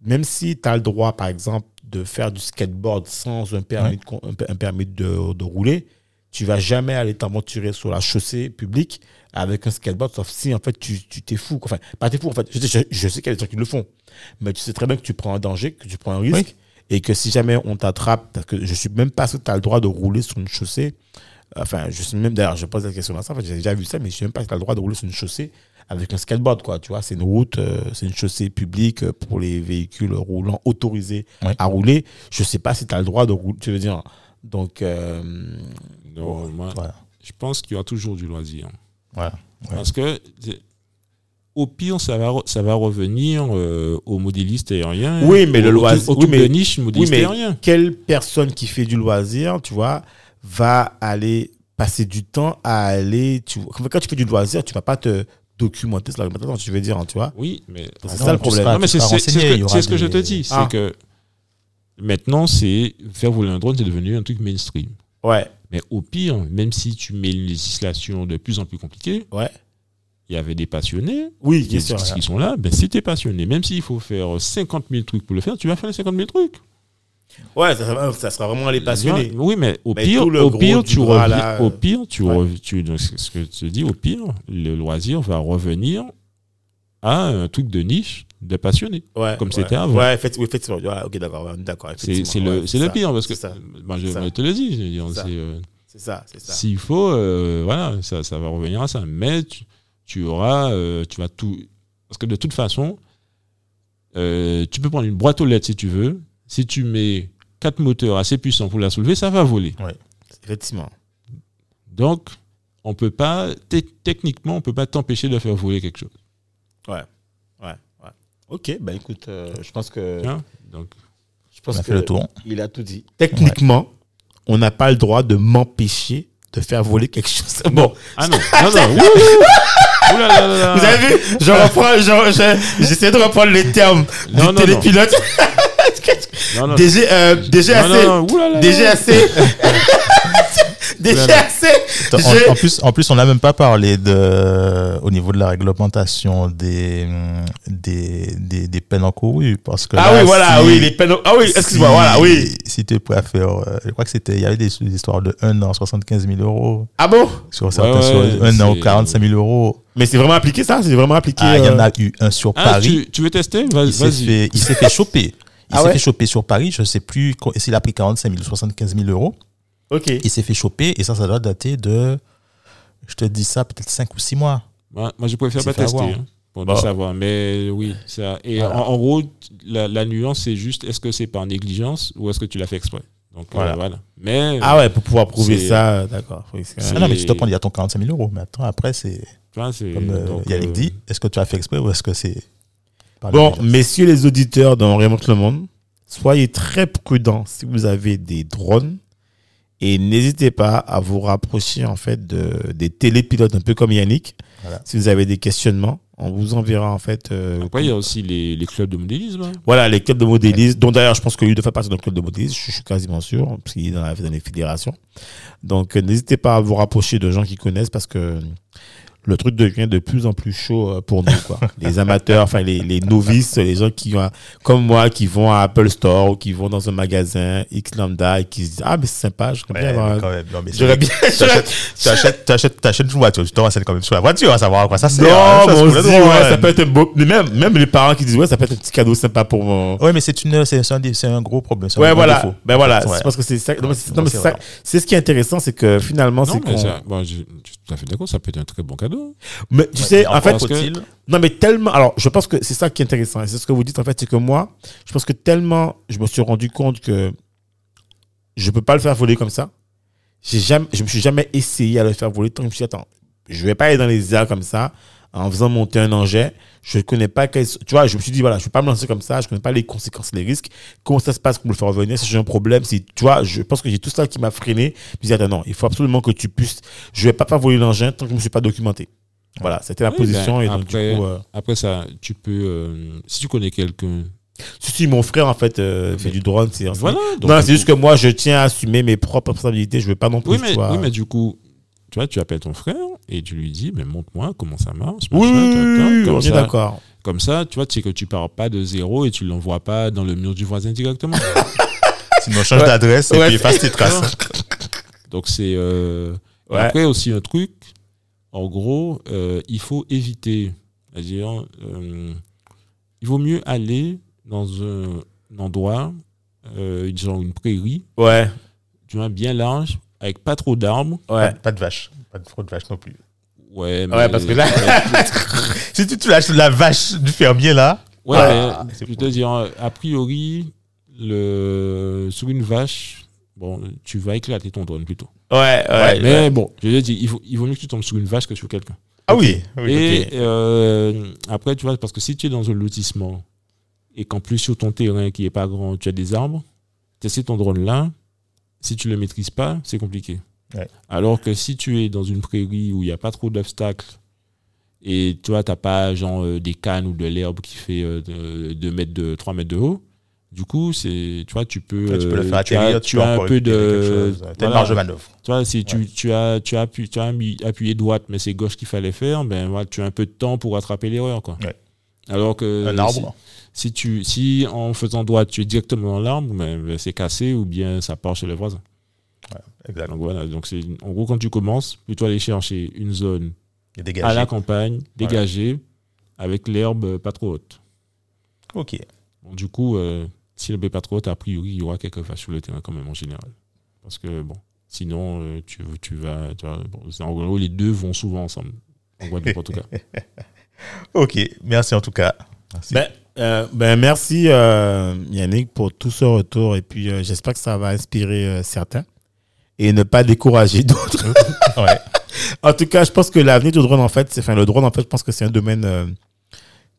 Speaker 1: même si tu as le droit par exemple de faire du skateboard sans un permis
Speaker 2: Ouais.
Speaker 1: de, con- un per- un permis de, de rouler tu vas jamais aller t'aventurer sur la chaussée publique avec un skateboard sauf si en fait tu tu t'es fou quoi. enfin pas t'es fou en fait je, je- je sais qu'il y a des gens qui le font mais tu sais très bien que tu prends un danger que tu prends un risque et que si jamais on t'attrape parce que je suis même pas sûr que tu as le droit de rouler sur une chaussée enfin je sais même d'ailleurs je pose la question à ça en fait, j'ai déjà vu ça mais je sais même pas si tu as le droit de rouler sur une chaussée avec un skateboard quoi tu vois c'est une route euh, c'est une chaussée publique euh, pour les véhicules roulants autorisés
Speaker 2: Ouais.
Speaker 1: à rouler je sais pas si tu as le droit de rouler tu veux dire donc euh,
Speaker 3: Non, moi,
Speaker 2: Voilà.
Speaker 3: je pense qu'il y aura toujours du loisir.
Speaker 2: Voilà. Ouais.
Speaker 3: Parce que, c'est- au pire, ça va, re- ça va revenir euh, aux modélistes aériens.
Speaker 1: Oui, mais
Speaker 3: Au-
Speaker 1: le
Speaker 3: au-
Speaker 1: loisir-
Speaker 3: Au
Speaker 1: oui,
Speaker 3: type
Speaker 1: mais-
Speaker 3: de niche modéliste
Speaker 1: oui, mais-
Speaker 3: aérien.
Speaker 1: quelle personne qui fait du loisir tu vois va aller passer du temps à aller tu vois, quand tu fais du loisir tu vas pas te documenter sur la réglementation tu veux dire hein, tu vois
Speaker 3: Oui, mais.
Speaker 1: c'est
Speaker 2: Ah
Speaker 1: ça
Speaker 2: non,
Speaker 1: le
Speaker 2: tu
Speaker 1: problème
Speaker 2: seras-
Speaker 3: Non, mais c'est
Speaker 2: pas
Speaker 3: c'est- c'est
Speaker 2: renseigné,
Speaker 3: ce que,
Speaker 2: il y aura
Speaker 3: c'est ce que
Speaker 2: des-
Speaker 3: je te dis.
Speaker 1: Ah.
Speaker 3: C'est que maintenant, c'est faire voler un drone, c'est devenu un truc mainstream.
Speaker 1: ouais
Speaker 3: Mais au pire, même si tu mets une législation de plus en plus compliquée,
Speaker 1: ouais
Speaker 3: il y avait des passionnés
Speaker 1: oui
Speaker 3: qui,
Speaker 1: bien sûr
Speaker 3: qui- qui sont là. Ben, si tu es passionné, même s'il faut faire 50 000 trucs pour le faire, tu vas faire les 50 000 trucs.
Speaker 1: ouais ça, sera- ça sera vraiment les passionnés
Speaker 3: Non, Oui, mais au
Speaker 1: Mais
Speaker 3: pire,
Speaker 1: tout le
Speaker 3: au
Speaker 1: gros
Speaker 3: pire,
Speaker 1: du
Speaker 3: tu
Speaker 1: bras,
Speaker 3: reviens-
Speaker 1: là, euh,
Speaker 3: au pire, tu
Speaker 1: ouais.
Speaker 3: rev- tu- donc, c'est ce que tu dis, au pire, le loisir va revenir à un truc de niche de passionné.
Speaker 1: Ouais,
Speaker 3: comme
Speaker 1: ouais.
Speaker 3: c'était avant.
Speaker 1: Ouais, effectivement. oui, effectivement. Ouais, ok, d'accord, ouais, on est d'accord.
Speaker 3: C'est
Speaker 1: effectivement,
Speaker 3: c'est le,
Speaker 1: ouais,
Speaker 3: c'est le
Speaker 1: ça,
Speaker 3: pire parce que
Speaker 1: c'est ça,
Speaker 3: ben, je
Speaker 1: ça.
Speaker 3: je te le dis, je veux dire,
Speaker 1: Ça.
Speaker 3: c'est, euh,
Speaker 1: C'est ça, c'est ça.
Speaker 3: s'il faut, euh, voilà, ça, ça va revenir à ça. Mais tu, tu auras, euh, tu vas tout, parce que de toute façon, euh, tu peux prendre une boîte aux lettres si tu veux. Si tu mets quatre moteurs assez puissants pour la soulever, ça va voler.
Speaker 1: Effectivement.
Speaker 3: Donc, on peut pas, te- techniquement, on peut pas t'empêcher de faire voler quelque chose.
Speaker 1: Ouais, ouais. Ok, bah écoute, euh, je pense que.
Speaker 3: Hein Donc,
Speaker 1: Je
Speaker 2: On
Speaker 1: pense
Speaker 2: a fait le
Speaker 1: que
Speaker 2: tour.
Speaker 1: il a tout dit. Techniquement, on n'a pas le droit de m'empêcher de faire voler quelque chose. Bon,
Speaker 3: ah non, non, non, ouh, ouh là là là là.
Speaker 1: vous avez vu Je reprends, je- je- j'essaie de reprendre les termes du
Speaker 3: Ah. Non, non, non.
Speaker 1: télépilote.
Speaker 3: non, non,
Speaker 1: DG, euh,
Speaker 3: non,
Speaker 1: DGAC,
Speaker 3: non, non, ouh là là là.
Speaker 1: DGAC. DGAC.
Speaker 2: En,
Speaker 1: Je-
Speaker 2: en plus, en plus, on n'a même pas parlé de, au niveau de la réglementation des, hum, des, des, des peines encourues. Parce que
Speaker 1: Ah
Speaker 2: là,
Speaker 1: oui, voilà,
Speaker 2: si-
Speaker 1: oui, les pénaux. Ah oui, excuse-moi,
Speaker 2: si-
Speaker 1: voilà, oui.
Speaker 2: Si tu préfères, euh, je crois que c'était, il y avait des histoires de 1 an, 75 000 euros.
Speaker 1: Ah bon
Speaker 2: Sur certains,
Speaker 3: ouais,
Speaker 2: sur 1 an,
Speaker 3: c'est-
Speaker 2: 45 000 euros.
Speaker 1: Mais c'est vraiment appliqué ça C'est vraiment appliqué
Speaker 2: Ah, il y en
Speaker 1: euh,
Speaker 2: a eu un sur
Speaker 3: Ah,
Speaker 2: Paris.
Speaker 3: tu, tu veux tester Vas-
Speaker 2: Il s'est
Speaker 3: Vas-y.
Speaker 2: fait, il s'est fait choper. Il
Speaker 1: Ah
Speaker 2: s'est
Speaker 1: ouais
Speaker 2: fait choper sur Paris, je sais plus co- s'il a pris 45 000 ou 75 000 euros.
Speaker 1: Ok.
Speaker 2: Il s'est fait choper et ça, ça doit dater de, je te dis ça, peut-être 5 ou 6 mois.
Speaker 3: Moi, moi, je préfère
Speaker 2: C'est
Speaker 3: pas
Speaker 2: fait
Speaker 3: tester.
Speaker 2: avoir.
Speaker 3: hein, pour
Speaker 1: Bon.
Speaker 3: ne savoir. Mais oui, ça. Et
Speaker 2: Voilà.
Speaker 3: en, en gros, la, la nuance, c'est juste est-ce que c'est par négligence ou est-ce que tu l'as fait exprès Donc, euh, voilà.
Speaker 1: Voilà.
Speaker 3: Mais,
Speaker 1: Ah ouais, pour pouvoir prouver
Speaker 3: C'est-
Speaker 1: ça, euh, d'accord. Faut que c'est-
Speaker 3: C'est-
Speaker 2: Ah non, mais tu te prends, il y a ton 45 000 euros. Mais attends, après, c'est
Speaker 3: tu vois, c'est.
Speaker 2: comme euh,
Speaker 3: donc,
Speaker 2: Yannick
Speaker 3: euh,
Speaker 2: dit est-ce que tu as fait exprès ou est-ce que c'est. par
Speaker 1: Bon,
Speaker 2: négligence
Speaker 1: messieurs les auditeurs dans Remonte le Monde, soyez très prudents si vous avez des drones et n'hésitez pas à vous rapprocher en fait de, des télépilotes, un peu comme Yannick.
Speaker 2: Voilà.
Speaker 1: Si vous avez des questionnements, on vous enverra en fait. euh,
Speaker 3: Après, il y a aussi les, les clubs de modélisme. hein.
Speaker 1: Voilà, les clubs de modélisme, dont d'ailleurs je pense que lui doit faire partie d'un club de modélisme, je suis quasiment sûr, parce qu'il est dans, la- dans les fédérations. Donc euh, n'hésitez pas à vous rapprocher de gens qui connaissent parce que le truc devient de plus en plus chaud euh, pour nous. Quoi. les amateurs, enfin les, les novices, les gens qui ont, comme moi, qui vont à Apple Store ou qui vont dans un magasin X Lambda et qui se disent Ah, mais c'est sympa, je
Speaker 2: Ouais,
Speaker 1: bien. hein. avoir
Speaker 2: mais
Speaker 1: un-
Speaker 2: quand même, non, mais
Speaker 1: J'aurais
Speaker 2: c'est-
Speaker 1: bien.
Speaker 2: Tu achètes, tu achètes, tu achètes, tu achètes une voiture, tu te renseignes quand même sur la voiture, à savoir à quoi ça sert.
Speaker 1: Non,
Speaker 2: hein,
Speaker 1: mais
Speaker 2: ça,
Speaker 1: on
Speaker 2: c'est
Speaker 1: se dit,
Speaker 2: pour le
Speaker 1: ouais,
Speaker 2: drone.
Speaker 1: ça peut être un beau. mais Même, même les parents qui disent Ouais, ça peut être un petit cadeau sympa pour mon.
Speaker 2: Ouais, mais c'est une, c'est c'est un, dé- c'est un gros problème. c'est un
Speaker 1: Ouais,
Speaker 2: gros
Speaker 1: voilà.
Speaker 2: défaut.
Speaker 1: Ben voilà,
Speaker 2: Ouais.
Speaker 1: c'est parce que c'est ça. non, mais c'est- non,
Speaker 2: Ouais,
Speaker 1: mais
Speaker 2: c'est
Speaker 1: c'est ça-
Speaker 2: vrai.
Speaker 1: c'est ce qui est intéressant, c'est que finalement,
Speaker 3: Non,
Speaker 1: Ah, c'est
Speaker 3: mais
Speaker 1: qu'on.
Speaker 3: ça- bon, je, je suis tout à fait d'accord, ça peut être un très bon cadeau.
Speaker 1: Mais tu
Speaker 2: Ouais,
Speaker 1: sais,
Speaker 2: mais
Speaker 1: en fait,
Speaker 3: parce que-
Speaker 2: faut-il-
Speaker 1: non, mais tellement. Alors, je pense que c'est ça qui est intéressant. Et c'est ce que vous dites, en fait, c'est que moi, je pense que tellement, je me suis rendu compte que je peux pas le faire voler comme ça. J'ai jamais, je me suis jamais essayé à le faire voler tant que je me suis dit, attends, je vais pas aller dans les airs comme ça en faisant monter un engin. Je ne connais pas. quelles- Tu vois, je me suis dit, voilà, je ne vais pas me lancer comme ça. Je ne connais pas les conséquences, les risques. Comment ça se passe pour le faire revenir Si j'ai un problème, si, tu vois, je pense que j'ai tout ça qui m'a freiné. Je me suis dit, attends, non, il faut absolument que tu puisses. Je ne vais pas pas voler l'engin tant que je ne me suis pas documenté. Voilà, c'était la
Speaker 3: Oui,
Speaker 1: position.
Speaker 3: ben,
Speaker 1: et donc,
Speaker 3: après-
Speaker 1: du coup, euh,
Speaker 3: Après ça, tu peux. euh, si tu connais quelqu'un.
Speaker 1: si, si, mon frère, en fait, euh, fait du drone, c'est.
Speaker 3: Voilà. donc,
Speaker 1: non,
Speaker 3: du
Speaker 1: Bah, c'est juste
Speaker 3: coup-
Speaker 1: que moi, je tiens à assumer mes propres responsabilités. Je veux pas non plus.
Speaker 3: Oui
Speaker 1: tu
Speaker 3: mais,
Speaker 1: vois.
Speaker 3: oui, mais du coup, tu vois, tu appelles ton frère et tu lui dis mais montre-moi comment ça marche.
Speaker 1: Oui,
Speaker 3: machin,
Speaker 1: oui,
Speaker 3: tac, tac,
Speaker 1: oui, oui,
Speaker 3: comme
Speaker 1: hein. on est
Speaker 3: ça.
Speaker 1: d'accord.
Speaker 3: Comme ça, tu vois, tu sais que tu pars pas de zéro et tu l'envoies pas dans le mur du voisin directement.
Speaker 2: Sinon, change d'adresse et
Speaker 1: Ouais.
Speaker 2: puis efface tes traces.
Speaker 3: Donc c'est euh,
Speaker 1: Ouais.
Speaker 3: après aussi un truc. En gros, euh, il faut éviter. C'est-à-dire, euh, il vaut mieux aller dans un, un endroit, euh, genre une prairie,
Speaker 1: Ouais,
Speaker 3: tu vois, bien large, avec pas trop d'arbres.
Speaker 1: ouais.
Speaker 2: Pas de vache. Pas de fraude vache non plus.
Speaker 3: Ouais, mais-
Speaker 1: Ouais, parce que là-
Speaker 2: Si tu, tu lâches la vache du fermier là,
Speaker 3: Ouais,
Speaker 2: Ah,
Speaker 3: mais
Speaker 2: c'est
Speaker 3: je veux te dire, a priori, le... sur une vache, bon, tu vas éclater ton drone plutôt.
Speaker 1: Ouais, ouais.
Speaker 3: mais bon, je veux dire, il, faut- il vaut mieux que tu tombes sur une vache que sur quelqu'un.
Speaker 2: ah oui, oui
Speaker 3: et
Speaker 2: ok.
Speaker 3: euh, après, tu vois, parce que si tu es dans un lotissement et qu'en plus sur ton terrain qui est pas grand, tu as des arbres, tester ton drone là, si tu le maîtrises pas, c'est compliqué.
Speaker 2: Ouais.
Speaker 3: Alors que si tu es dans une prairie où il n'y a pas trop d'obstacles et tu vois, t'as pas genre euh, des cannes ou de l'herbe qui fait 2 mètres de 3 mètres de haut, du coup, c'est tu vois, tu peux,
Speaker 2: Ouais, tu peux le
Speaker 3: euh,
Speaker 2: faire
Speaker 3: as-
Speaker 2: atterrir, tu,
Speaker 3: tu
Speaker 2: peux
Speaker 3: as un
Speaker 2: encore
Speaker 3: peu
Speaker 2: récupérer quelque
Speaker 3: de
Speaker 2: chose. T'as une
Speaker 3: voilà.
Speaker 2: marge de manœuvre.
Speaker 3: Tu vois, si tu, tu as, tu as, appu- tu as mis- appuyé droite, mais c'est gauche qu'il fallait faire, ben voilà, tu as un peu de temps pour rattraper l'erreur. quoi.
Speaker 2: Ouais.
Speaker 3: Alors que
Speaker 2: un arbre.
Speaker 3: Euh, Si, si tu, si en faisant droite, tu es directement dans l'arbre, ben, ben, c'est cassé ou bien ça part chez le voisin.
Speaker 2: Exact.
Speaker 3: Donc voilà, donc c'est en gros quand tu commences, plutôt aller chercher une zone
Speaker 2: Et
Speaker 3: à
Speaker 2: dégager.
Speaker 3: la campagne, dégagée, avec l'herbe euh, pas trop haute.
Speaker 2: Ok.
Speaker 3: Bon, du coup, euh, si l'herbe est pas trop haute, a priori, il y aura quelques vaches sur le terrain quand même en général. Parce que bon, sinon, euh, tu, tu vas. tu vas- bon, c'est- en gros, les deux vont souvent ensemble. En Guadeloupe, en tout cas.
Speaker 2: Ok. Merci en tout cas. Merci.
Speaker 1: Ben, euh, ben, merci euh, Yannick pour tout ce retour et puis euh, j'espère que ça va inspirer euh, certains et ne pas décourager d'autres.
Speaker 2: Ouais.
Speaker 1: En tout cas, je pense que l'avenir du drone en fait, c'est enfin le drone en fait, je pense que c'est un domaine euh,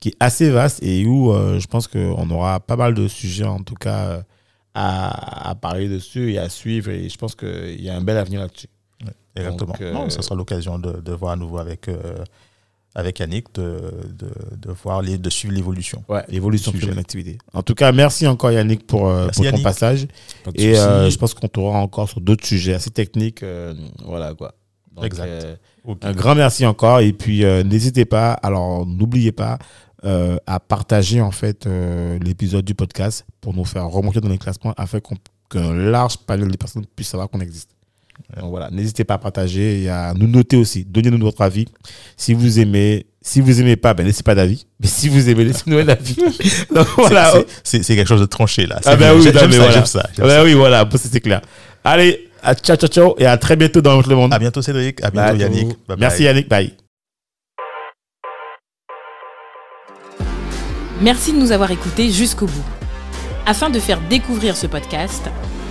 Speaker 1: qui est assez vaste et où euh, je pense qu'on aura pas mal de sujets en tout cas euh, à, à parler dessus et à suivre et je pense qu'il y a un bel avenir là-dessus.
Speaker 2: Exactement.
Speaker 1: Donc, euh,
Speaker 2: Non, ça sera l'occasion de, de voir à nouveau avec, euh, avec Yannick, de, de, de voir les, de suivre l'évolution.
Speaker 1: Ouais, l'évolution
Speaker 2: Sujet.
Speaker 1: de l'activité. En tout cas, merci encore Yannick pour, euh,
Speaker 2: Merci,
Speaker 1: pour ton
Speaker 2: Yannick.
Speaker 1: passage.
Speaker 3: Pas de
Speaker 1: Et
Speaker 3: soucis.
Speaker 1: euh, je pense qu'on tournera encore sur d'autres sujets assez techniques. euh, voilà quoi. Donc,
Speaker 2: Exact.
Speaker 1: euh,
Speaker 2: Ok.
Speaker 1: un grand merci encore. Et puis, euh, n'hésitez pas, alors n'oubliez pas euh, à partager en fait euh, l'épisode du podcast pour nous faire remonter dans les classements afin qu'on- qu'un large panel de personnes puisse savoir qu'on existe. Donc voilà, n'hésitez pas à partager et à nous noter aussi. Donnez-nous votre avis. Si vous aimez, si vous aimez pas, ben laissez pas d'avis. Mais si vous aimez, laissez-nous un avis. Donc
Speaker 2: C'est-
Speaker 1: voilà.
Speaker 2: c'est- C'est c'est quelque chose de tranché là.
Speaker 1: Ah
Speaker 2: C'est
Speaker 1: ben
Speaker 2: bien.
Speaker 1: oui,
Speaker 2: J'aime-
Speaker 1: non,
Speaker 2: j'aime
Speaker 1: mais
Speaker 2: ça,
Speaker 1: voilà.
Speaker 2: j'aime ça, j'aime ça.
Speaker 1: Ouais, oui, voilà, bon, ça, c'est clair. Allez, à ciao, ciao, ciao, et à très bientôt dans le monde.
Speaker 2: À bientôt Cédric, à bientôt
Speaker 1: Bye.
Speaker 2: Yannick. Bye bye.
Speaker 1: Bah, Merci Yannick, bye.
Speaker 4: Merci de nous avoir écoutés jusqu'au bout. Afin de faire découvrir ce podcast,